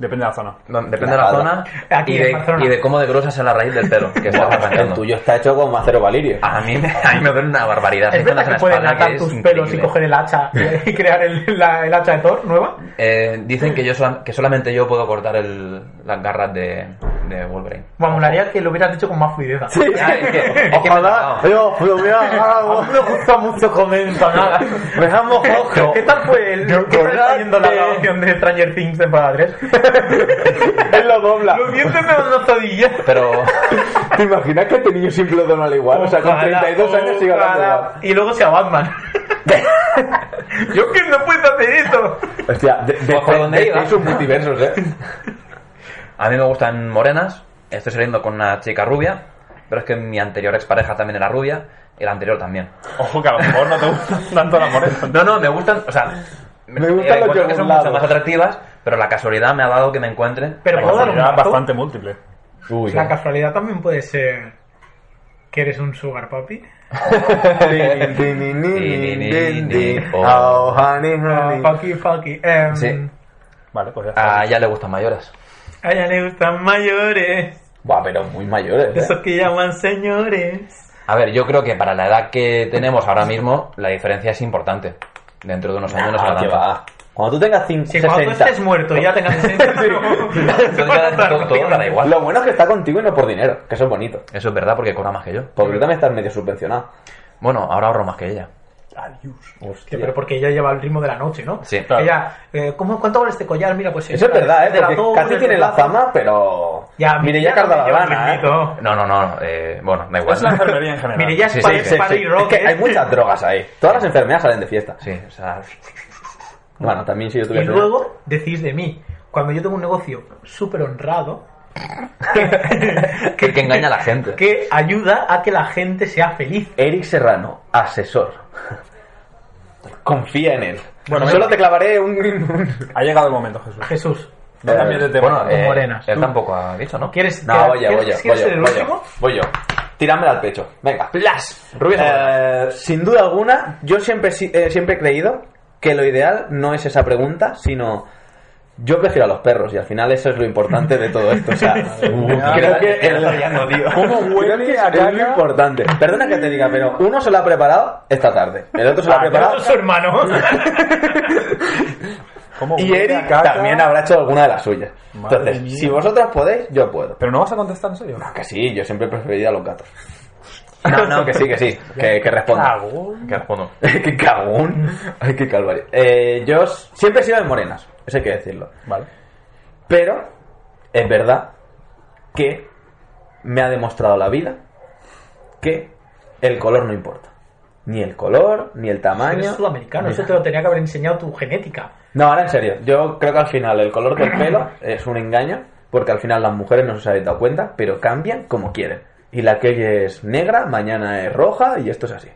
[SPEAKER 5] Depende de la zona.
[SPEAKER 4] no, depende de la
[SPEAKER 6] Nada.
[SPEAKER 4] zona
[SPEAKER 3] eh. Aquí
[SPEAKER 4] y
[SPEAKER 3] en
[SPEAKER 4] de,
[SPEAKER 3] Barcelona.
[SPEAKER 4] y de cómo de gruesa sea la raíz del pelo que estás
[SPEAKER 6] El
[SPEAKER 4] arrancando.
[SPEAKER 6] tuyo está hecho con acero valirio.
[SPEAKER 4] A mí, me- a mí me duele una barbaridad.
[SPEAKER 3] ¿Es
[SPEAKER 4] Hay zonas
[SPEAKER 3] verdad
[SPEAKER 4] en
[SPEAKER 3] que
[SPEAKER 4] la
[SPEAKER 3] pueden
[SPEAKER 4] espalda
[SPEAKER 3] atar
[SPEAKER 4] es
[SPEAKER 3] tus pelos y
[SPEAKER 4] increíble.
[SPEAKER 3] coger el hacha y crear el, la- el hacha de Thor nueva?
[SPEAKER 4] Eh, dicen que yo sola- que solamente yo puedo cortar el, las garras de, de Wolverine.
[SPEAKER 3] Bueno, molaría que lo hubieras dicho con más fluidez.
[SPEAKER 4] Ah, es que- es que me he
[SPEAKER 6] Ojalá.
[SPEAKER 4] tragado.
[SPEAKER 6] Yo, lo hubiera ganado.
[SPEAKER 3] me gusta mucho comenta nada.
[SPEAKER 6] Me han mojado.
[SPEAKER 3] ¿Qué tal fue el,
[SPEAKER 6] Yo
[SPEAKER 3] ¿qué tal está
[SPEAKER 6] colgate.
[SPEAKER 3] yendo la grabación de Stranger Things temporada 3?
[SPEAKER 6] Él lo dobla.
[SPEAKER 3] Los dientes me dan todillas.
[SPEAKER 4] Pero
[SPEAKER 6] ¿Te imaginas que este niño siempre lo dona al igual? O sea, con
[SPEAKER 3] Ojalá,
[SPEAKER 6] 32 años sigue hablando
[SPEAKER 3] ojalá.
[SPEAKER 6] igual.
[SPEAKER 3] Y luego sea Batman. Yo que no puedo hacer eso.
[SPEAKER 6] Hostia, de, de,
[SPEAKER 4] Pues por donde
[SPEAKER 6] de-
[SPEAKER 4] iba.
[SPEAKER 6] de sus multiversos, ¿eh?
[SPEAKER 4] a mí me gustan morenas. Estoy saliendo con una chica rubia. Pero es que mi anterior expareja también era rubia. Y la anterior también.
[SPEAKER 5] Ojo, que a lo mejor no te gusta tanto la morena.
[SPEAKER 4] No, no, me gustan. O sea,
[SPEAKER 6] Me gustan los
[SPEAKER 4] encuentro que son mucho
[SPEAKER 6] yogurlados.
[SPEAKER 4] más atractivas. Pero la casualidad me ha dado que me encuentre.
[SPEAKER 3] Pero
[SPEAKER 4] la
[SPEAKER 3] puedo dar un
[SPEAKER 5] Era
[SPEAKER 3] dato?
[SPEAKER 5] bastante múltiple.
[SPEAKER 6] Uy.
[SPEAKER 3] La casualidad también puede ser que eres un sugar papi.
[SPEAKER 6] Din, din, din, din, din, din.
[SPEAKER 4] Oh.
[SPEAKER 6] Oh, honey, honey.
[SPEAKER 3] Fucky, fucky. Ah, Em,
[SPEAKER 4] Sí.
[SPEAKER 5] Vale, pues ya está.
[SPEAKER 4] A ella le gustan mayores.
[SPEAKER 3] A ella le gustan mayores,
[SPEAKER 6] Buah, pero muy mayores,
[SPEAKER 3] esos
[SPEAKER 6] ¿eh?
[SPEAKER 3] que llaman señores.
[SPEAKER 4] A ver, yo creo que para la edad que tenemos ahora mismo, la diferencia es importante. Dentro de unos años no será
[SPEAKER 6] Ah, que
[SPEAKER 4] tanto.
[SPEAKER 6] va. Cuando tú tengas cin-
[SPEAKER 3] Si cuando tú
[SPEAKER 6] 60.
[SPEAKER 3] estés muerto y ya tengas 60, no,
[SPEAKER 4] Entonces ya todo, todo dará igual.
[SPEAKER 6] Lo bueno es que está contigo y no por dinero, que eso es bonito.
[SPEAKER 4] Eso es verdad porque cobra más que yo.
[SPEAKER 6] Porque tú también estás medio subvencionado.
[SPEAKER 4] Bueno, ahora ahorro más que ella.
[SPEAKER 5] Adiós.
[SPEAKER 3] Sí,
[SPEAKER 6] Hostia.
[SPEAKER 3] pero porque ella lleva el ritmo de la noche, ¿no?
[SPEAKER 4] Sí.
[SPEAKER 5] Claro.
[SPEAKER 3] Ella, eh, ¿cómo, ¿Cuánto vale este collar? Mira, pues...
[SPEAKER 6] Eso es verdad, ¿eh?
[SPEAKER 3] de la
[SPEAKER 6] Porque
[SPEAKER 3] Thor,
[SPEAKER 6] casi
[SPEAKER 3] el
[SPEAKER 6] tiene
[SPEAKER 3] de
[SPEAKER 6] la
[SPEAKER 3] Thor.
[SPEAKER 6] fama, pero...
[SPEAKER 3] Ya,
[SPEAKER 6] Mire, ya
[SPEAKER 3] Mirella
[SPEAKER 6] carga la
[SPEAKER 3] también lleva
[SPEAKER 6] gabana,
[SPEAKER 3] el
[SPEAKER 6] ¿eh?
[SPEAKER 3] ritmo.
[SPEAKER 4] No, no, no. eh, bueno, da igual.
[SPEAKER 5] Es la enfermería en general.
[SPEAKER 3] Mire, ya es
[SPEAKER 4] Sí, sí,
[SPEAKER 3] para,
[SPEAKER 4] sí,
[SPEAKER 3] para
[SPEAKER 6] Sí,
[SPEAKER 3] ir
[SPEAKER 6] es
[SPEAKER 3] rock,
[SPEAKER 6] que
[SPEAKER 3] ¿eh?
[SPEAKER 6] hay muchas drogas ahí. Todas las enfermedades salen de fiesta.
[SPEAKER 4] Sí, o sea.
[SPEAKER 6] Bueno, también si yo
[SPEAKER 3] Y
[SPEAKER 6] tuviera...
[SPEAKER 3] luego decís de mí, cuando yo tengo un negocio súper honrado, que,
[SPEAKER 4] Que, que engaña a la gente.
[SPEAKER 3] que ayuda a que la gente sea feliz.
[SPEAKER 6] Eric Serrano, asesor. Confía en él.
[SPEAKER 5] Bueno,
[SPEAKER 6] solo
[SPEAKER 5] venga.
[SPEAKER 6] te clavaré un...
[SPEAKER 5] Ha llegado el momento, Jesús.
[SPEAKER 3] Jesús,
[SPEAKER 5] No cambies de tema.
[SPEAKER 4] bueno,
[SPEAKER 3] Con
[SPEAKER 4] eh,
[SPEAKER 3] morenas.
[SPEAKER 4] él
[SPEAKER 3] Tú-
[SPEAKER 4] tampoco ha dicho, ¿no?
[SPEAKER 3] ¿quieres,
[SPEAKER 6] No,
[SPEAKER 3] quieres-
[SPEAKER 6] voy yo, voy yo,
[SPEAKER 3] quieres-
[SPEAKER 6] voy
[SPEAKER 3] quieres
[SPEAKER 6] yo,
[SPEAKER 3] ser el
[SPEAKER 6] voy yo,
[SPEAKER 3] último?
[SPEAKER 6] voy yo. Tírame al pecho, venga.
[SPEAKER 4] ¡Plas! Rubias morenas.
[SPEAKER 6] Eh, sin duda alguna, yo siempre, si- eh, siempre he creído que lo ideal no es esa pregunta, sino yo prefiero a los perros y al final eso es lo importante de todo esto. O sea, creo que el,
[SPEAKER 5] ¿Cómo huele
[SPEAKER 6] creo que
[SPEAKER 5] a
[SPEAKER 6] es lo
[SPEAKER 5] caca?
[SPEAKER 6] importante. Perdona que te diga, pero uno se lo ha preparado esta tarde, el otro se lo ha
[SPEAKER 5] Ah,
[SPEAKER 6] preparado
[SPEAKER 3] Su hermano.
[SPEAKER 5] ¿Cómo
[SPEAKER 6] y
[SPEAKER 5] huele a
[SPEAKER 6] Eric
[SPEAKER 5] caca?
[SPEAKER 6] también habrá hecho alguna de las suyas.
[SPEAKER 5] Madre
[SPEAKER 6] Entonces,
[SPEAKER 5] mía.
[SPEAKER 6] si vosotros podéis, yo puedo.
[SPEAKER 5] Pero no vas a contestar en serio.
[SPEAKER 6] Que sí, yo siempre he preferido a los gatos. No, no, Ah, que sí, que sí, que, que responda.
[SPEAKER 5] Cagón.
[SPEAKER 4] Que respondo.
[SPEAKER 6] ¡Qué cagón! ¡Ay, qué calvario! Eh, yo s- siempre he sido de morenas, eso hay que decirlo.
[SPEAKER 5] Vale.
[SPEAKER 6] Pero es verdad que me ha demostrado la vida que el color no importa. Ni el color, ni el
[SPEAKER 3] Eres
[SPEAKER 6] tamaño.
[SPEAKER 3] sudamericano, eso te lo tenía que haber enseñado tu genética.
[SPEAKER 6] No, ahora en serio, yo creo que al final el color del pelo es un engaño, porque al final las mujeres no se os habéis dado cuenta, pero cambian como quieren. Y la que hoy es negra, mañana es roja, y esto es así.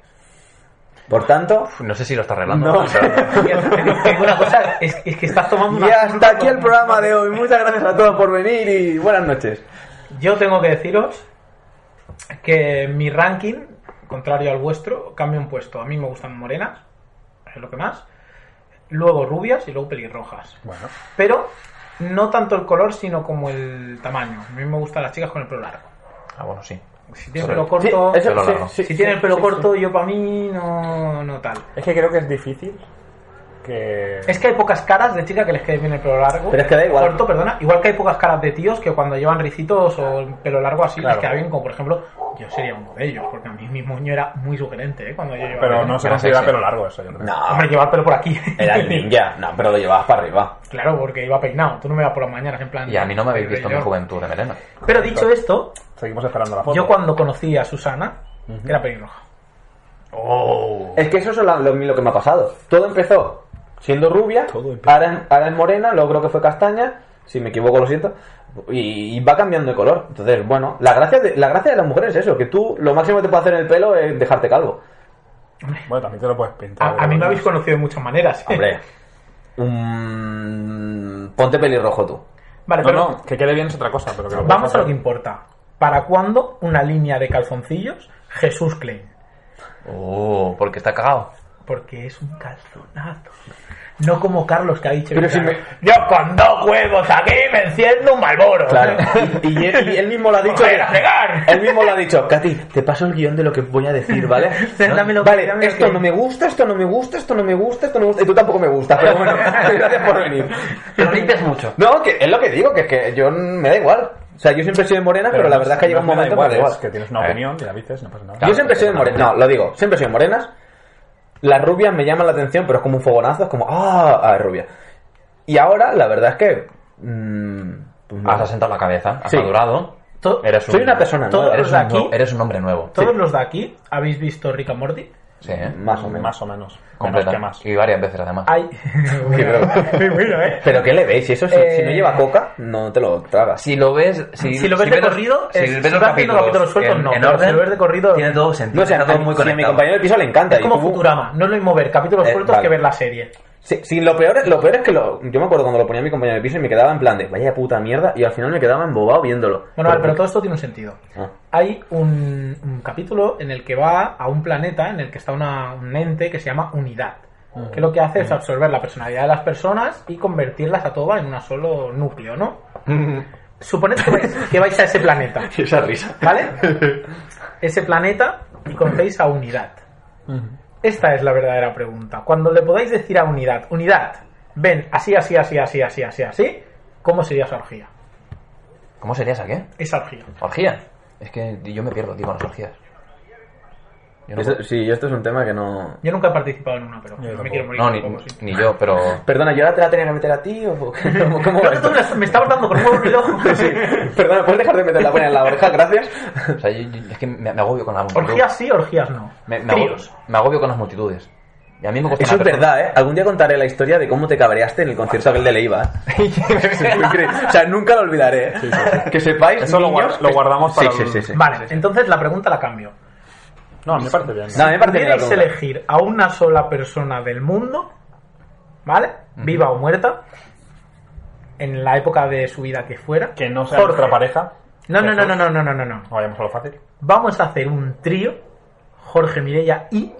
[SPEAKER 6] Por tanto,
[SPEAKER 4] No sé si lo está arreglando.
[SPEAKER 6] No.
[SPEAKER 4] O sea,
[SPEAKER 3] Tengo una cosa, es, es que estás tomando
[SPEAKER 6] Y
[SPEAKER 3] una...
[SPEAKER 6] hasta aquí el programa de hoy. Muchas gracias a todos por venir y buenas noches.
[SPEAKER 3] Yo tengo que deciros que mi ranking, contrario al vuestro, cambia un puesto. A mí me gustan morenas, es lo que más. Luego rubias y luego pelirrojas.
[SPEAKER 5] Bueno.
[SPEAKER 3] Pero no tanto el color, sino como el tamaño. A mí me gustan las chicas con el pelo largo.
[SPEAKER 4] Ah, bueno, sí.
[SPEAKER 3] Si tiene
[SPEAKER 4] Sobre-
[SPEAKER 3] pelo corto,
[SPEAKER 6] Sí, eso-
[SPEAKER 4] Pelo
[SPEAKER 6] sí,
[SPEAKER 4] largo.
[SPEAKER 6] sí,
[SPEAKER 3] si tiene
[SPEAKER 6] sí,
[SPEAKER 3] el pelo
[SPEAKER 6] sí,
[SPEAKER 3] corto, yo para mí no, no tal.
[SPEAKER 5] Es que creo que es difícil que...
[SPEAKER 3] Es que hay pocas caras de chica que les quede bien el pelo largo.
[SPEAKER 6] Pero es que da igual.
[SPEAKER 3] Corto, perdona. Igual que hay pocas caras de tíos que cuando llevan ricitos o el pelo largo así
[SPEAKER 5] Claro.
[SPEAKER 3] les queda bien, como por ejemplo, yo sería uno de ellos, porque a mí mi moño era muy sugerente, ¿eh? Cuando yo llevaba.
[SPEAKER 5] Pero no se
[SPEAKER 4] Era
[SPEAKER 5] considera
[SPEAKER 4] sexy.
[SPEAKER 5] pelo largo eso, yo creo.
[SPEAKER 3] Hombre,
[SPEAKER 6] No,
[SPEAKER 3] llevar pelo por aquí.
[SPEAKER 6] era el ninja. No, pero lo llevabas para arriba.
[SPEAKER 3] claro, porque iba peinado. Tú no me vas por las mañanas, en plan.
[SPEAKER 4] Y a mí no me habéis visto en mi
[SPEAKER 3] Pero-
[SPEAKER 4] juventud de melena.
[SPEAKER 3] Pero dicho esto,
[SPEAKER 5] Seguimos esperando la foto.
[SPEAKER 3] yo cuando conocí a Susana, era pelirroja.
[SPEAKER 4] ¡Oh!
[SPEAKER 6] Es que eso es lo, lo- lo que me ha pasado. Todo empezó siendo rubia,
[SPEAKER 5] Todo empezó.
[SPEAKER 6] ahora, es- ahora es morena, luego creo que fue castaña, si me equivoco lo siento, y, y va cambiando de color. Entonces, bueno, la gracia de, la gracia de las mujeres es eso, que tú lo máximo que te puede hacer en el pelo es dejarte calvo.
[SPEAKER 5] Bueno, también te lo puedes pintar.
[SPEAKER 3] A, a mí me habéis conocido de muchas maneras.
[SPEAKER 6] Hombre, un- ponte pelirrojo tú.
[SPEAKER 3] Vale,
[SPEAKER 5] No,
[SPEAKER 3] pero
[SPEAKER 5] no, que quede bien es otra cosa. Pero que lo
[SPEAKER 3] Vamos
[SPEAKER 5] puedes
[SPEAKER 3] a
[SPEAKER 5] hacer.
[SPEAKER 3] lo que importa. ¿Para cuándo una línea de calzoncillos Jesús Klein?
[SPEAKER 4] ¡Oh! Porque está cagado.
[SPEAKER 3] Porque es un calzonazo. No como Carlos que ha dicho.
[SPEAKER 6] Pero si
[SPEAKER 3] claro,
[SPEAKER 6] me-
[SPEAKER 3] Yo con dos huevos aquí me enciendo un malboro.
[SPEAKER 6] Claro. Y, y- y él mismo lo ha dicho.
[SPEAKER 3] Joder, a pegar.
[SPEAKER 6] Él mismo lo ha dicho. Katy, te paso el guión de lo que voy a decir, ¿vale?
[SPEAKER 3] Sí, dámelo,
[SPEAKER 6] vale,
[SPEAKER 3] dámelo,
[SPEAKER 6] esto
[SPEAKER 3] que-
[SPEAKER 6] no me gusta, esto no me gusta, esto no me gusta, esto no me gusta. Y tú tampoco me gustas, pero bueno, gracias por venir.
[SPEAKER 4] Pero limpias mucho.
[SPEAKER 6] No, que es lo que digo, que es que yo n- me da igual. O sea, yo siempre he sido de morena, pero, la
[SPEAKER 5] no
[SPEAKER 6] verdad es
[SPEAKER 5] es-
[SPEAKER 6] que llega
[SPEAKER 5] no
[SPEAKER 6] un
[SPEAKER 5] me da
[SPEAKER 6] momento
[SPEAKER 5] igual,
[SPEAKER 6] que me da
[SPEAKER 5] es que
[SPEAKER 6] igual.
[SPEAKER 5] tienes una
[SPEAKER 4] A ver.
[SPEAKER 5] opinión y la dices, no pasa nada.
[SPEAKER 6] Yo siempre he sido de morena. No, lo digo, siempre he sido de morenas. Las rubias me llaman la atención, pero es como un fogonazo, es como, ah, ah, es rubia. Y ahora, la verdad es que. mm, pues no.
[SPEAKER 4] Has asentado la cabeza, has
[SPEAKER 6] Sí.
[SPEAKER 4] madurado.
[SPEAKER 3] To-
[SPEAKER 4] Eres un-
[SPEAKER 6] Soy una persona
[SPEAKER 3] Todo-
[SPEAKER 6] nueva.
[SPEAKER 4] Eres un,
[SPEAKER 3] de aquí.
[SPEAKER 4] no- eres un hombre nuevo.
[SPEAKER 3] Todos los de aquí habéis visto Rick and Morty.
[SPEAKER 4] Sí, ¿eh?
[SPEAKER 6] Más o menos.
[SPEAKER 5] Más o menos. Menos
[SPEAKER 4] Completa.
[SPEAKER 5] que más.
[SPEAKER 4] Y varias veces además.
[SPEAKER 3] Hay.
[SPEAKER 6] Qué
[SPEAKER 3] Bueno, eh.
[SPEAKER 6] ¿Pero qué le veis? Si eso si,
[SPEAKER 3] Eh,
[SPEAKER 6] si no lleva coca, no te lo tragas.
[SPEAKER 4] Si lo ves, si,
[SPEAKER 3] Si lo ves de
[SPEAKER 4] los-
[SPEAKER 3] corrido,
[SPEAKER 4] si
[SPEAKER 3] es-
[SPEAKER 4] ves
[SPEAKER 3] si
[SPEAKER 4] los
[SPEAKER 3] vas viendo
[SPEAKER 4] capítulos
[SPEAKER 3] capítulos sueltos,
[SPEAKER 4] en,
[SPEAKER 3] no,
[SPEAKER 4] en
[SPEAKER 3] pero si
[SPEAKER 4] orden,
[SPEAKER 3] lo ves de corrido-
[SPEAKER 4] tiene todo sentido.
[SPEAKER 6] no o sea,
[SPEAKER 4] está
[SPEAKER 6] a
[SPEAKER 4] todo
[SPEAKER 6] mí-
[SPEAKER 4] muy
[SPEAKER 6] si a mi
[SPEAKER 4] conectado.
[SPEAKER 6] compañero del piso le encanta.
[SPEAKER 3] Es como
[SPEAKER 6] y tú-
[SPEAKER 3] Futurama. No es lo mismo ver capítulos
[SPEAKER 6] Eh,
[SPEAKER 3] sueltos
[SPEAKER 6] vale.
[SPEAKER 3] que ver la serie.
[SPEAKER 6] Sí, sí, lo peor es, lo peor es que lo, yo me acuerdo cuando lo ponía mi compañero del piso y me quedaba en plan de vaya puta mierda y al final me quedaba embobado viéndolo.
[SPEAKER 3] Bueno, vale, pero todo esto tiene un sentido.
[SPEAKER 6] Ah.
[SPEAKER 3] Hay un, un capítulo en el que va a un planeta en el que está una, un ente que se llama Unidad. Que lo que hace es absorber la personalidad de las personas y convertirlas a todas en un solo núcleo, ¿no? Suponed que vais, que vais a ese planeta,
[SPEAKER 6] Esa risa.
[SPEAKER 3] ¿vale? Ese planeta y conocéis a Unidad. Esta es la verdadera pregunta. Cuando le podáis decir a Unidad, Unidad, ven así, así, así, así, así, así, así, ¿cómo sería esa orgía?
[SPEAKER 4] ¿Cómo sería esa qué?
[SPEAKER 3] Esa orgía.
[SPEAKER 4] ¿Orgía? Es que yo me pierdo, tío, con las orgías. Yo no,
[SPEAKER 6] sí, esto es un tema que no.
[SPEAKER 3] Yo nunca he participado en una, pero
[SPEAKER 5] Yo
[SPEAKER 3] no
[SPEAKER 5] tampoco.
[SPEAKER 3] me quiero morir.
[SPEAKER 4] no, ni,
[SPEAKER 3] tampoco, sí.
[SPEAKER 4] ni yo, pero...
[SPEAKER 6] Perdona, ¿yo ahora te la tenía que meter a ti o cómo, cómo
[SPEAKER 3] Creo
[SPEAKER 6] va
[SPEAKER 3] que
[SPEAKER 6] esto?
[SPEAKER 3] tú me la- me estabas dando con un huevo en el ojo.
[SPEAKER 6] Sí. Perdona, ¿puedes dejar de meter la buena en la oreja? Gracias.
[SPEAKER 4] O sea, yo- yo- es que me, me agobio con las multitudes.
[SPEAKER 3] Orgías sí, orgías no.
[SPEAKER 4] Me, me, agobio,
[SPEAKER 3] Tríos.
[SPEAKER 4] me agobio con las multitudes. Y a mí me costó
[SPEAKER 6] Eso es
[SPEAKER 4] una persona.
[SPEAKER 6] verdad, ¿eh? Algún día contaré la historia de cómo te cabreaste en el concierto aquel de Leiva. ¿eh? Fue increíble. o sea, nunca lo olvidaré. ¿eh? Que sepáis.
[SPEAKER 5] Eso lo
[SPEAKER 6] niños,
[SPEAKER 5] guar- lo
[SPEAKER 6] que-
[SPEAKER 5] guardamos para
[SPEAKER 6] Sí,
[SPEAKER 5] el-
[SPEAKER 6] sí, sí. sí.
[SPEAKER 3] Vale, entonces la pregunta la cambio.
[SPEAKER 5] No, a mí me parece bien.
[SPEAKER 6] No, a mí me parece bien la
[SPEAKER 3] Pudierais
[SPEAKER 6] pregunta.
[SPEAKER 3] elegir a una sola persona del mundo, ¿vale? Viva o muerta, en la época de su vida que fuera.
[SPEAKER 5] Que no sea
[SPEAKER 3] Jorge.
[SPEAKER 5] nuestra pareja.
[SPEAKER 3] No,
[SPEAKER 5] Que
[SPEAKER 3] no, no,
[SPEAKER 5] Jorge-
[SPEAKER 3] no, no, no, no, no, no.
[SPEAKER 5] No vayamos a lo fácil.
[SPEAKER 3] Vamos a hacer un trío, Jorge, Mireia y...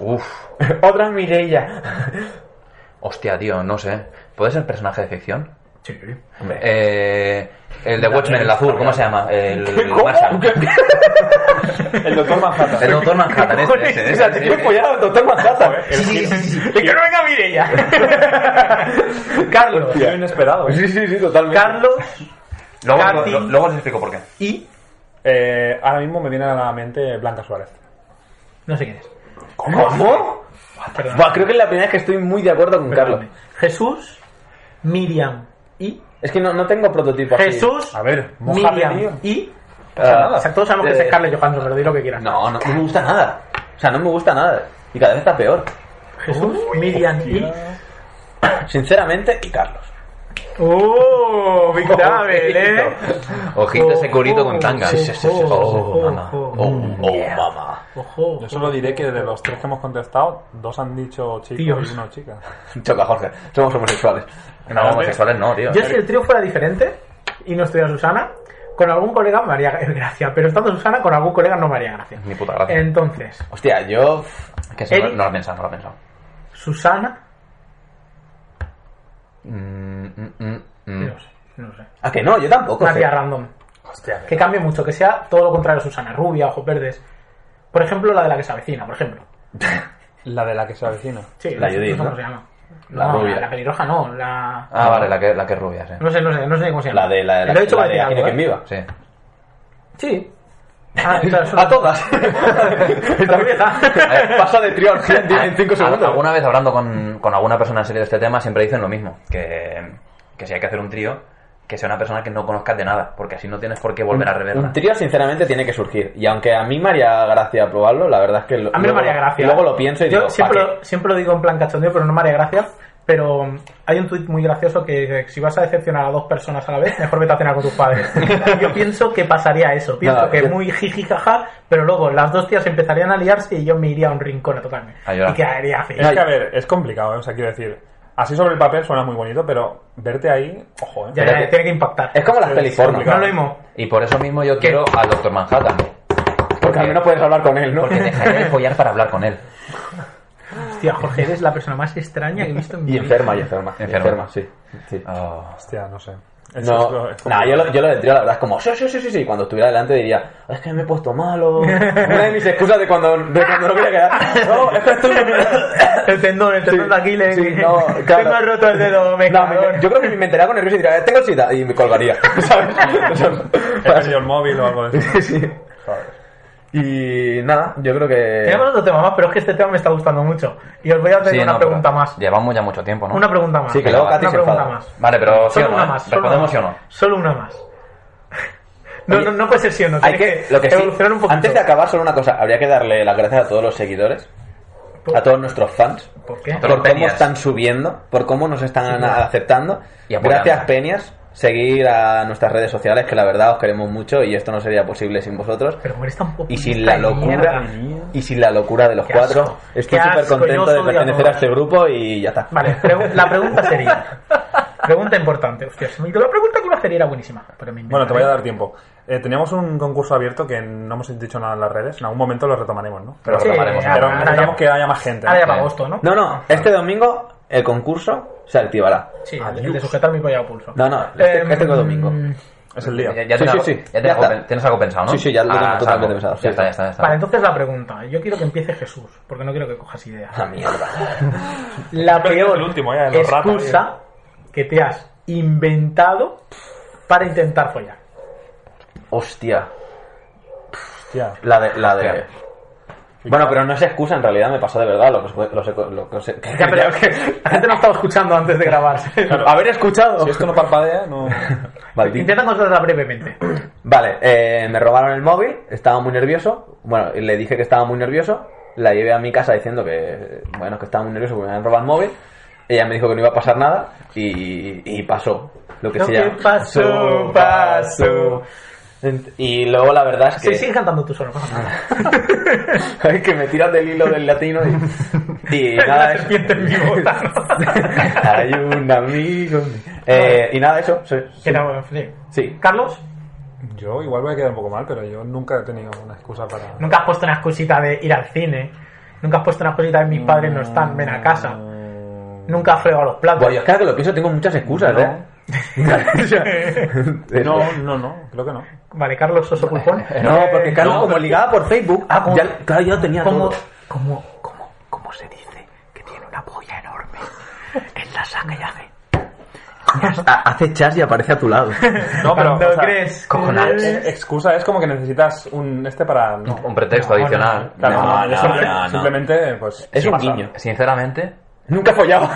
[SPEAKER 4] Uf.
[SPEAKER 6] Otra Mireia.
[SPEAKER 4] Hostia, tío, no sé. ¿Puede ser personaje de ficción?
[SPEAKER 3] Sí.
[SPEAKER 6] Hombre.
[SPEAKER 4] Eh, el de Watchmen, el azul, ¿cómo se llama? El Marshall.
[SPEAKER 5] El doctor Manhattan.
[SPEAKER 4] El doctor Manhattan, este, ese,
[SPEAKER 3] cojones?
[SPEAKER 4] ese,
[SPEAKER 6] O
[SPEAKER 4] ese,
[SPEAKER 6] sea, te
[SPEAKER 4] ese.
[SPEAKER 6] quiero
[SPEAKER 5] pues,
[SPEAKER 6] follar al doctor Manhattan.
[SPEAKER 5] Joder, el giro-
[SPEAKER 3] ¡Y que no venga Mireia! Carlos,
[SPEAKER 5] giro inesperado. ¿eh?
[SPEAKER 6] Sí, sí, sí, totalmente.
[SPEAKER 3] Carlos
[SPEAKER 4] Luego,
[SPEAKER 3] Katy.
[SPEAKER 4] lo- luego os explico por qué.
[SPEAKER 3] y...
[SPEAKER 5] Eh, ahora mismo me viene a la mente Blanca Suárez.
[SPEAKER 3] No sé quién es.
[SPEAKER 6] ¿Cómo?
[SPEAKER 3] Perdón.
[SPEAKER 6] Buah, creo que es la primera vez que estoy muy de acuerdo con Carlos.
[SPEAKER 3] Perdóname. Jesús, Miriam y...
[SPEAKER 6] Es que no, no tengo prototipo así.
[SPEAKER 3] Jesús,
[SPEAKER 5] A ver, mójate, tío.
[SPEAKER 3] Miriam y...
[SPEAKER 6] Ah,
[SPEAKER 3] O sea, todos sabemos que
[SPEAKER 6] eh,
[SPEAKER 3] es Scarlett Johansson, pero di lo que quieras.
[SPEAKER 6] No, no, no me gusta nada. O sea, no me gusta nada. Y cada vez está peor.
[SPEAKER 3] Jesús, Miriam y...
[SPEAKER 6] Sinceramente, y Carlos.
[SPEAKER 3] ¡Oh! Big Double, ¿eh?
[SPEAKER 4] Ojito ese curito con tanga.
[SPEAKER 3] Sí, sí, sí, sí, sí.
[SPEAKER 4] Oh, mamá.
[SPEAKER 3] Ojo.
[SPEAKER 4] Oh,
[SPEAKER 6] Oh, mamá.
[SPEAKER 3] Ojo.
[SPEAKER 5] Yo solo diré que de los tres que hemos contestado, dos han dicho chicos
[SPEAKER 3] Tíos.
[SPEAKER 5] y uno chica.
[SPEAKER 6] Choca, Jorge. Somos homosexuales.
[SPEAKER 4] No, homosexuales no, tío.
[SPEAKER 3] Yo si el trío fuera diferente y no estuviera Susana, con algún colega me haría gracia. Pero estando Susana, con algún colega no me haría gracia.
[SPEAKER 4] Ni puta gracia.
[SPEAKER 3] Entonces,
[SPEAKER 6] Hostia, yo.
[SPEAKER 4] Que sí, no,
[SPEAKER 3] Eric.
[SPEAKER 4] no lo he pensado, no lo he pensado.
[SPEAKER 3] Susana...
[SPEAKER 4] Mm, mm, mm, mm.
[SPEAKER 3] No sé, no sé.
[SPEAKER 6] ¿A que no? Yo tampoco.
[SPEAKER 3] Una
[SPEAKER 6] Fer.
[SPEAKER 3] tía random.
[SPEAKER 5] Hostia,
[SPEAKER 3] Que cambie mucho, que sea todo lo contrario a Susana. Rubia, ojos verdes. Por ejemplo, la de la que se avecina, por ejemplo.
[SPEAKER 5] la de la que se avecina.
[SPEAKER 3] Sí,
[SPEAKER 6] La
[SPEAKER 3] no sé
[SPEAKER 6] Judith,
[SPEAKER 3] cómo
[SPEAKER 6] ¿no?
[SPEAKER 3] se llama.
[SPEAKER 6] La
[SPEAKER 3] No,
[SPEAKER 6] rubia.
[SPEAKER 3] La pelirroja no, la...
[SPEAKER 4] Ah, vale, la que, la que es rubia, sí.
[SPEAKER 3] No sé, no sé, no sé cómo se llama.
[SPEAKER 6] La de la de la,
[SPEAKER 3] Lo he hecho
[SPEAKER 6] la
[SPEAKER 3] para
[SPEAKER 6] de
[SPEAKER 3] decir
[SPEAKER 6] Aquí no hay
[SPEAKER 3] algo,
[SPEAKER 6] quien
[SPEAKER 3] ¿eh?
[SPEAKER 6] viva.
[SPEAKER 4] Sí.
[SPEAKER 3] Sí. Ah, claro, eso-
[SPEAKER 6] A todas.
[SPEAKER 3] Está ¿eh? vieja.
[SPEAKER 6] Pasa de trío al fin en 5
[SPEAKER 4] Al-
[SPEAKER 6] segundos.
[SPEAKER 4] Alguna vez hablando con, con alguna persona en serio de este tema, siempre dicen lo mismo: que, que si hay que hacer un trío, que sea una persona que no conozcas de nada, porque así no tienes por qué volver a reverla.
[SPEAKER 6] Un trío, sinceramente, tiene que surgir. Y aunque a mí me haría gracia probarlo, la verdad es que. lo-
[SPEAKER 3] A mí no me
[SPEAKER 6] luego-
[SPEAKER 3] haría gracia.
[SPEAKER 6] Luego lo pienso y
[SPEAKER 3] Yo
[SPEAKER 6] digo.
[SPEAKER 3] siempre,
[SPEAKER 6] "¿Pa' qué?".
[SPEAKER 3] lo- siempre lo digo en plan cachondeo, pero no me haría gracia. Pero um, hay un tuit muy gracioso que dice, si vas a decepcionar a dos personas a la vez, mejor vete a cenar con tus padres. yo pienso que pasaría eso. Pienso
[SPEAKER 6] Nada,
[SPEAKER 3] que
[SPEAKER 6] yo-
[SPEAKER 3] muy jiji jaja, pero luego las dos tías empezarían a liarse y yo me iría a un rincón a tocarme.
[SPEAKER 4] A llorar.
[SPEAKER 3] Y quedaría feo.
[SPEAKER 5] Es que, a ver, es complicado, ¿eh? o sea, quiero decir, así sobre el papel suena muy bonito, pero verte ahí, ojo, ¿eh?
[SPEAKER 3] Ya, ya, tiene que impactar.
[SPEAKER 6] Es como las pelis porno.
[SPEAKER 3] No es lo mismo.
[SPEAKER 4] Y por eso mismo yo quiero al Doctor Manhattan.
[SPEAKER 6] Porque al menos puedes hablar con él, ¿no?
[SPEAKER 4] Porque dejaría de follar para hablar con él.
[SPEAKER 3] Hostia, Jorge, eres la persona más extraña que he visto en mi
[SPEAKER 6] Y
[SPEAKER 3] vida.
[SPEAKER 6] enferma, y enferma. y
[SPEAKER 4] Enferma.
[SPEAKER 6] enferma, Ah. sí. sí.
[SPEAKER 4] Oh,
[SPEAKER 5] Hostia, no sé. Eso es
[SPEAKER 6] No,
[SPEAKER 5] lo- es
[SPEAKER 6] nah,
[SPEAKER 5] complicado.
[SPEAKER 6] yo, lo, yo lo del trío, la verdad, es como, sí, sí, sí, sí, sí. Cuando estuviera delante diría, es que me he puesto malo. Una de mis excusas de cuando, de cuando no quería quedar. No, es que estoy...
[SPEAKER 3] El tendón, el tendón
[SPEAKER 6] Sí,
[SPEAKER 3] de Aquiles.
[SPEAKER 6] sí, no, claro.
[SPEAKER 3] Tengo roto el dedo, me
[SPEAKER 6] No, me-
[SPEAKER 3] cago en-
[SPEAKER 6] yo creo que me enteraría con nervios y diría, "Eh, tengo sida, y me colgaría, ¿sabes? O sea,
[SPEAKER 5] He
[SPEAKER 6] para-
[SPEAKER 5] perdido el móvil o algo de eso.
[SPEAKER 6] sí. Y nada, yo creo que...
[SPEAKER 3] Tenemos otro tema más, pero es que este tema me está gustando mucho. Y os voy a hacer
[SPEAKER 4] sí,
[SPEAKER 3] una
[SPEAKER 4] no,
[SPEAKER 3] pregunta
[SPEAKER 4] pero
[SPEAKER 3] más.
[SPEAKER 4] Llevamos ya mucho tiempo, ¿no?
[SPEAKER 3] Una pregunta más.
[SPEAKER 6] Sí, que luego
[SPEAKER 3] Una
[SPEAKER 6] Katy se
[SPEAKER 3] pregunta
[SPEAKER 6] enfada.
[SPEAKER 3] más.
[SPEAKER 4] Vale, pero sí
[SPEAKER 3] Solo
[SPEAKER 4] o no.
[SPEAKER 3] una
[SPEAKER 4] ¿eh?
[SPEAKER 3] más. solo una
[SPEAKER 4] Respondemos sí o no.
[SPEAKER 3] más. Solo una más. No,
[SPEAKER 6] Oye,
[SPEAKER 3] no, no puede ser sí o no.
[SPEAKER 6] Hay que,
[SPEAKER 3] tienes
[SPEAKER 6] lo que sí,
[SPEAKER 3] evolucionar un poquito.
[SPEAKER 6] antes de acabar, solo una cosa, habría que darle las gracias a todos los seguidores, a todos nuestros fans,
[SPEAKER 3] ¿Por qué?
[SPEAKER 4] Pero
[SPEAKER 6] por cómo
[SPEAKER 4] Peñas.
[SPEAKER 6] están subiendo, por cómo nos están aceptando.
[SPEAKER 4] Y apoyando.
[SPEAKER 6] Gracias, Peñas. Seguir a nuestras redes sociales, que la verdad os queremos mucho y esto no sería posible sin vosotros.
[SPEAKER 3] Pero eres tan poco.
[SPEAKER 6] Y sin la locura, y sin la locura de los
[SPEAKER 3] Qué
[SPEAKER 6] cuatro.
[SPEAKER 3] asco.
[SPEAKER 6] Estoy
[SPEAKER 3] Qué
[SPEAKER 6] súper
[SPEAKER 3] asco, yo os
[SPEAKER 6] contento de
[SPEAKER 3] odio a
[SPEAKER 6] pertenecer a
[SPEAKER 3] todos.
[SPEAKER 6] este grupo y ya está.
[SPEAKER 3] Vale, pregu- la pregunta sería. Pregunta importante. Hostia, se me olvidó la pregunta que iba a hacer y era buenísima. Pero me
[SPEAKER 5] Bueno, te voy
[SPEAKER 3] inventaré.
[SPEAKER 5] a dar tiempo. Eh, teníamos un concurso abierto que no hemos dicho nada en las redes. En algún momento lo retomaremos, Ah, ¿no? Pero,
[SPEAKER 4] Sí, retomaremos,
[SPEAKER 5] pero
[SPEAKER 3] ahora
[SPEAKER 5] necesitamos
[SPEAKER 3] ya-
[SPEAKER 5] que haya más gente.
[SPEAKER 3] Ahora Ah, ya
[SPEAKER 5] ¿no?
[SPEAKER 3] para agosto, ¿no?
[SPEAKER 6] No, no, este domingo el concurso se activará.
[SPEAKER 3] Sí,
[SPEAKER 5] Adiós.
[SPEAKER 3] el de sujetar mi polla a pulso.
[SPEAKER 6] No, no, este,
[SPEAKER 3] Em,
[SPEAKER 6] este domingo.
[SPEAKER 5] Es el día.
[SPEAKER 4] Ya, ya
[SPEAKER 6] Sí,
[SPEAKER 4] tienes,
[SPEAKER 6] sí,
[SPEAKER 4] algo-
[SPEAKER 6] sí.
[SPEAKER 4] ya
[SPEAKER 6] Ya
[SPEAKER 4] tienes algo,
[SPEAKER 6] está.
[SPEAKER 4] pen- tienes algo pensado, ¿no?
[SPEAKER 6] Sí, sí, ya lo tengo
[SPEAKER 4] salvo.
[SPEAKER 6] totalmente pensado,
[SPEAKER 4] Ya
[SPEAKER 6] sí.
[SPEAKER 4] está, ya está, ya está.
[SPEAKER 3] Vale, entonces la pregunta. Yo quiero que empiece Jesús, porque no quiero que cojas ideas.
[SPEAKER 6] Ah, mierda.
[SPEAKER 3] La
[SPEAKER 5] Pero
[SPEAKER 3] peor
[SPEAKER 5] es el último, ya, de los ratas,
[SPEAKER 3] excusa que te has inventado para intentar follar.
[SPEAKER 6] Hostia.
[SPEAKER 5] Hostia.
[SPEAKER 6] La de, la de. Bueno, pero no es excusa, en realidad me pasó de verdad lo que os- lo sé- lo que os-
[SPEAKER 3] Ya, pero es que la gente no estaba escuchando antes de grabar.
[SPEAKER 6] Haber escuchado.
[SPEAKER 5] Si esto no parpadea, no...
[SPEAKER 6] Maldito.
[SPEAKER 3] Intenta contarla brevemente.
[SPEAKER 6] Vale, eh, me robaron el móvil, estaba muy nervioso. Bueno, le dije que estaba muy nervioso. la llevé a mi casa diciendo que, bueno, que estaba muy nervioso porque me habían robado el móvil. Ella me dijo que no iba a pasar nada y, y pasó. Lo que
[SPEAKER 3] Lo
[SPEAKER 6] se
[SPEAKER 3] que
[SPEAKER 6] llama.
[SPEAKER 3] pasó, pasó.
[SPEAKER 6] Ent- Y luego la verdad es
[SPEAKER 3] Sí,
[SPEAKER 6] que.
[SPEAKER 3] sigue cantando tú solo. no
[SPEAKER 5] Ah,
[SPEAKER 3] pasa nada.
[SPEAKER 6] Ay, que me tiras del hilo del latino y, y nada
[SPEAKER 3] La
[SPEAKER 6] eso.
[SPEAKER 3] serpiente en mi bota.
[SPEAKER 6] Hay un amigo. Eh, y nada eso. Sí,
[SPEAKER 3] Que
[SPEAKER 6] sí.
[SPEAKER 3] no, sí.
[SPEAKER 6] Sí.
[SPEAKER 3] Carlos,
[SPEAKER 5] Yo igual voy a quedar un poco mal, pero yo nunca he tenido una excusa para...
[SPEAKER 3] nunca has puesto una excusita de ir al cine. Nunca has puesto una excusita de mis padres no están,
[SPEAKER 6] Mm.
[SPEAKER 3] ven a casa.
[SPEAKER 5] Mm.
[SPEAKER 3] Nunca has fregado los platos.
[SPEAKER 6] Bueno, yo es que ahora que lo pienso tengo muchas excusas,
[SPEAKER 5] No.
[SPEAKER 6] ¿eh? O sea,
[SPEAKER 5] No, no, no, creo que no.
[SPEAKER 3] Vale, Carlos Soso Pulpón.
[SPEAKER 6] No, porque Carlos,
[SPEAKER 3] No,
[SPEAKER 6] como ligaba por Facebook,
[SPEAKER 3] Ah, como-
[SPEAKER 6] ya, claro, ya lo tenía
[SPEAKER 3] ¿Cómo,
[SPEAKER 6] todo.
[SPEAKER 3] cómo, cómo, cómo se dice que tiene una polla enorme en la saca y hace?
[SPEAKER 6] Ha- Hace chas y aparece a tu lado.
[SPEAKER 5] No, pero...
[SPEAKER 3] Cuando
[SPEAKER 5] o sea,
[SPEAKER 3] crees.
[SPEAKER 6] cojonal.
[SPEAKER 5] eh, Excusa es como que necesitas un este para... No,
[SPEAKER 4] Un pretexto
[SPEAKER 3] No, no,
[SPEAKER 4] adicional.
[SPEAKER 5] Claro,
[SPEAKER 6] No,
[SPEAKER 5] no, yo
[SPEAKER 6] no,
[SPEAKER 5] simple-
[SPEAKER 6] no, no.
[SPEAKER 5] simplemente, pues...
[SPEAKER 6] Es
[SPEAKER 5] sí
[SPEAKER 6] un
[SPEAKER 5] pasa.
[SPEAKER 6] guiño.
[SPEAKER 4] Sinceramente,
[SPEAKER 6] Nunca he follado.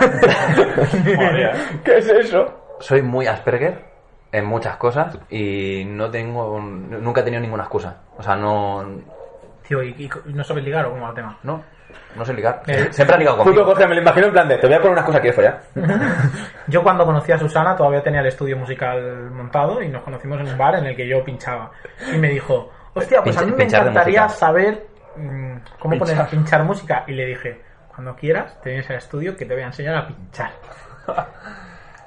[SPEAKER 6] ¿Qué es eso?
[SPEAKER 4] soy muy Asperger en muchas cosas y no tengo un- nunca he tenido ninguna excusa. O sea, no
[SPEAKER 3] Tío, ¿y, y no sabes ligar o cómo va el tema?
[SPEAKER 4] no no sé ligar.
[SPEAKER 3] Eh,
[SPEAKER 4] Siempre ha ligado
[SPEAKER 6] Puto
[SPEAKER 4] conmigo.
[SPEAKER 6] Jorge, me lo imagino en plan de, te voy a poner unas cosas que he follado.
[SPEAKER 3] Yo cuando conocí a Susana todavía tenía el estudio musical montado y nos conocimos en un bar en el que yo pinchaba. Y me dijo, hostia, pues a mí me
[SPEAKER 4] Pinchar de
[SPEAKER 3] encantaría
[SPEAKER 4] música.
[SPEAKER 3] saber mm, cómo poner
[SPEAKER 5] Pinchar.
[SPEAKER 3] pinchar música. Y le dije, cuando quieras, te vienes al estudio que te voy a enseñar a pinchar.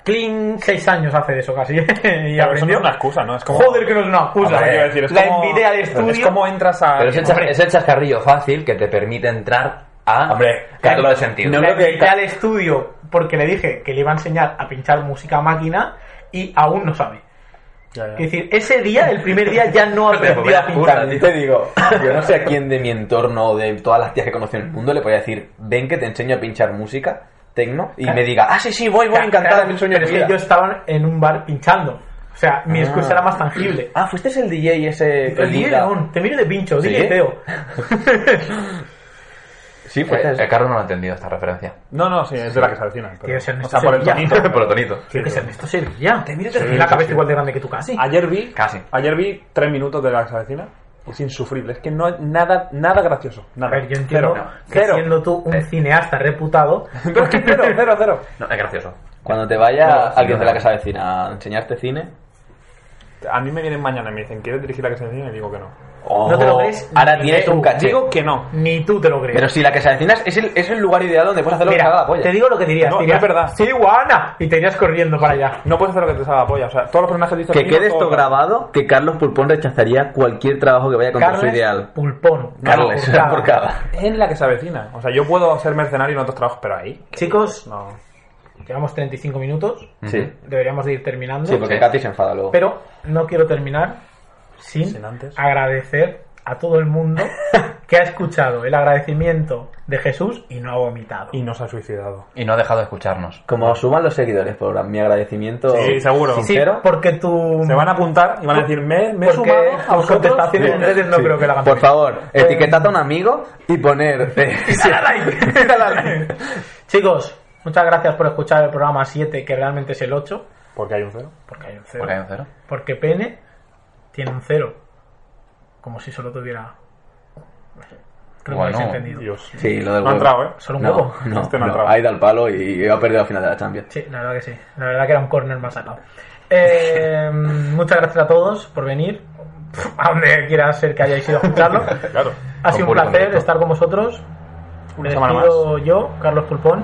[SPEAKER 3] Clean, seis años hace de eso casi. y
[SPEAKER 5] Pero eso no
[SPEAKER 3] aprendió.
[SPEAKER 5] es una excusa, ¿no? Es como...
[SPEAKER 3] Joder, que no es una excusa.
[SPEAKER 5] Hombre, quiero decir, es
[SPEAKER 3] la
[SPEAKER 5] como-
[SPEAKER 3] envidia de estudio.
[SPEAKER 5] Es como entras a...
[SPEAKER 4] Pero es el, chas- es el chascarrillo fácil que te permite entrar a
[SPEAKER 6] Hombre,
[SPEAKER 4] claro,
[SPEAKER 6] Carlos,
[SPEAKER 4] de sentido.
[SPEAKER 6] no
[SPEAKER 3] Le
[SPEAKER 6] creo que-
[SPEAKER 3] invité al estudio porque le dije que le iba a enseñar a pinchar música a máquina y aún no sabe.
[SPEAKER 5] Ya, ya.
[SPEAKER 3] Es decir, ese día, el primer día, ya no aprendió a pintar.
[SPEAKER 6] También te digo, yo no sé a quién de mi entorno o de todas las tías que conocí en el mundo le podía decir, ven que te enseño a pinchar música, tecno, y me diga, ah, sí, sí, voy, voy,
[SPEAKER 3] Claro,
[SPEAKER 6] encantada,
[SPEAKER 3] claro,
[SPEAKER 6] mil sueños
[SPEAKER 3] pero
[SPEAKER 6] de
[SPEAKER 3] es
[SPEAKER 6] vida.
[SPEAKER 3] que yo estaba en un bar pinchando. O sea, mi
[SPEAKER 6] Ah.
[SPEAKER 3] excusa era más tangible.
[SPEAKER 6] Ah, fuiste el DJ ese que
[SPEAKER 3] El DJ
[SPEAKER 6] liga.
[SPEAKER 3] León, te miro de pincho,
[SPEAKER 6] ¿Sí?
[SPEAKER 3] DJ Teo.
[SPEAKER 6] Sí, pues
[SPEAKER 4] Eh,
[SPEAKER 6] fuiste
[SPEAKER 4] el Carlos no lo ha entendido esta referencia.
[SPEAKER 5] No, no, sí, es de la que se avecina. pero-
[SPEAKER 3] Tío, si Ernesto
[SPEAKER 5] o sea, por el
[SPEAKER 3] Sevilla.
[SPEAKER 5] tonito.
[SPEAKER 4] Por tonito.
[SPEAKER 3] Yo que sé, esto servía. Te miro
[SPEAKER 5] Sí,
[SPEAKER 3] la cabeza
[SPEAKER 5] sí.
[SPEAKER 3] igual de grande que tú casi.
[SPEAKER 5] Ayer vi...
[SPEAKER 4] Casi.
[SPEAKER 5] Ayer vi tres minutos de la que se avecina. Es insufrible. Es que no hay nada, nada gracioso.
[SPEAKER 3] A
[SPEAKER 5] Nada.
[SPEAKER 3] ver, yo entiendo
[SPEAKER 5] Cero.
[SPEAKER 3] que
[SPEAKER 5] Cero.
[SPEAKER 3] siendo tú un cineasta reputado,
[SPEAKER 5] Pero es que cero, cero, cero.
[SPEAKER 4] No, es gracioso.
[SPEAKER 6] Cuando te vaya
[SPEAKER 4] No, sí,
[SPEAKER 6] alguien
[SPEAKER 4] no.
[SPEAKER 6] de la casa vecina a enseñarte cine.
[SPEAKER 5] A mí me vienen mañana y me dicen, ¿quieres dirigir la que se avecina? Y digo que no.
[SPEAKER 6] ojo,
[SPEAKER 3] te lo crees
[SPEAKER 6] Ahora
[SPEAKER 3] ni
[SPEAKER 6] tienes
[SPEAKER 3] tú.
[SPEAKER 6] un caché.
[SPEAKER 5] Digo que no.
[SPEAKER 3] ni tú te lo crees.
[SPEAKER 6] Pero si la casa vecina es el, es el lugar ideal donde puedes hacer lo que te haga
[SPEAKER 3] Mira,
[SPEAKER 6] la polla.
[SPEAKER 3] te digo lo que dirías.
[SPEAKER 5] No, no
[SPEAKER 3] dirías,
[SPEAKER 5] es verdad.
[SPEAKER 3] Sí, guana. Y te irías corriendo para allá.
[SPEAKER 5] No puedes hacer lo que te salga la polla. O sea, todos los personajes dicen
[SPEAKER 6] Que quede esto
[SPEAKER 5] grabado
[SPEAKER 6] grabado, que Carlos Pulpón rechazaría cualquier trabajo que vaya contra su
[SPEAKER 3] Carles
[SPEAKER 6] ideal.
[SPEAKER 3] Pulpón.
[SPEAKER 6] Carles,
[SPEAKER 3] Pulcada.
[SPEAKER 6] por cada.
[SPEAKER 5] En la que se avecina. O sea, yo puedo ser mercenario en otros trabajos, pero ahí.
[SPEAKER 3] Chicos,
[SPEAKER 5] No.
[SPEAKER 3] llevamos 35 minutos.
[SPEAKER 6] Sí.
[SPEAKER 3] Deberíamos de ir terminando.
[SPEAKER 6] Sí, porque
[SPEAKER 4] Sí.
[SPEAKER 6] Katy se enfada luego.
[SPEAKER 3] Pero no quiero terminar sin,
[SPEAKER 5] Sin antes.
[SPEAKER 3] Ah. agradecer a todo el mundo que ha escuchado el agradecimiento de Jesús y no ha vomitado.
[SPEAKER 5] Y no se ha suicidado.
[SPEAKER 4] Y no ha dejado de escucharnos.
[SPEAKER 6] Como suban los seguidores, por mi agradecimiento.
[SPEAKER 5] Sí, seguro.
[SPEAKER 3] Sí,
[SPEAKER 6] sincero.
[SPEAKER 3] porque tú...
[SPEAKER 5] Se van a apuntar y van a decir, me, me he
[SPEAKER 3] porque
[SPEAKER 5] sumado a
[SPEAKER 3] tus
[SPEAKER 5] vosotros.
[SPEAKER 3] contestaciones en redes no
[SPEAKER 6] Sí.
[SPEAKER 3] creo que la hagan. Eh,
[SPEAKER 6] Por favor, etiquetad a un amigo y poner. eh, sí.
[SPEAKER 3] Chicos, muchas gracias por escuchar el programa 7, que realmente es el 8.
[SPEAKER 5] Porque hay un cero.
[SPEAKER 3] Porque hay un cero.
[SPEAKER 4] Porque hay un cero.
[SPEAKER 3] Porque pene tiene un cero. Como si solo tuviera. Creo que
[SPEAKER 4] Bueno,
[SPEAKER 3] me habéis entendido.
[SPEAKER 5] Dios.
[SPEAKER 6] Sí, lo del
[SPEAKER 5] No
[SPEAKER 6] huevo.
[SPEAKER 5] ha entrado, ¿eh?
[SPEAKER 3] Solo un huevo.
[SPEAKER 6] No, no,
[SPEAKER 5] Este no ha
[SPEAKER 6] no,
[SPEAKER 5] entrado.
[SPEAKER 6] ha ido al palo y ha perdido al final de la Champions.
[SPEAKER 3] Sí, la verdad que sí. La verdad que era un corner más sacado. Eh, muchas gracias a todos por venir. A donde quiera ser que hayáis ido a escucharlo.
[SPEAKER 5] Claro.
[SPEAKER 3] Ha sido un
[SPEAKER 4] Con público en
[SPEAKER 3] placer
[SPEAKER 4] directo.
[SPEAKER 3] estar con vosotros.
[SPEAKER 5] Una
[SPEAKER 3] Me
[SPEAKER 5] semana más.
[SPEAKER 3] despido yo, Carlos Pulpón,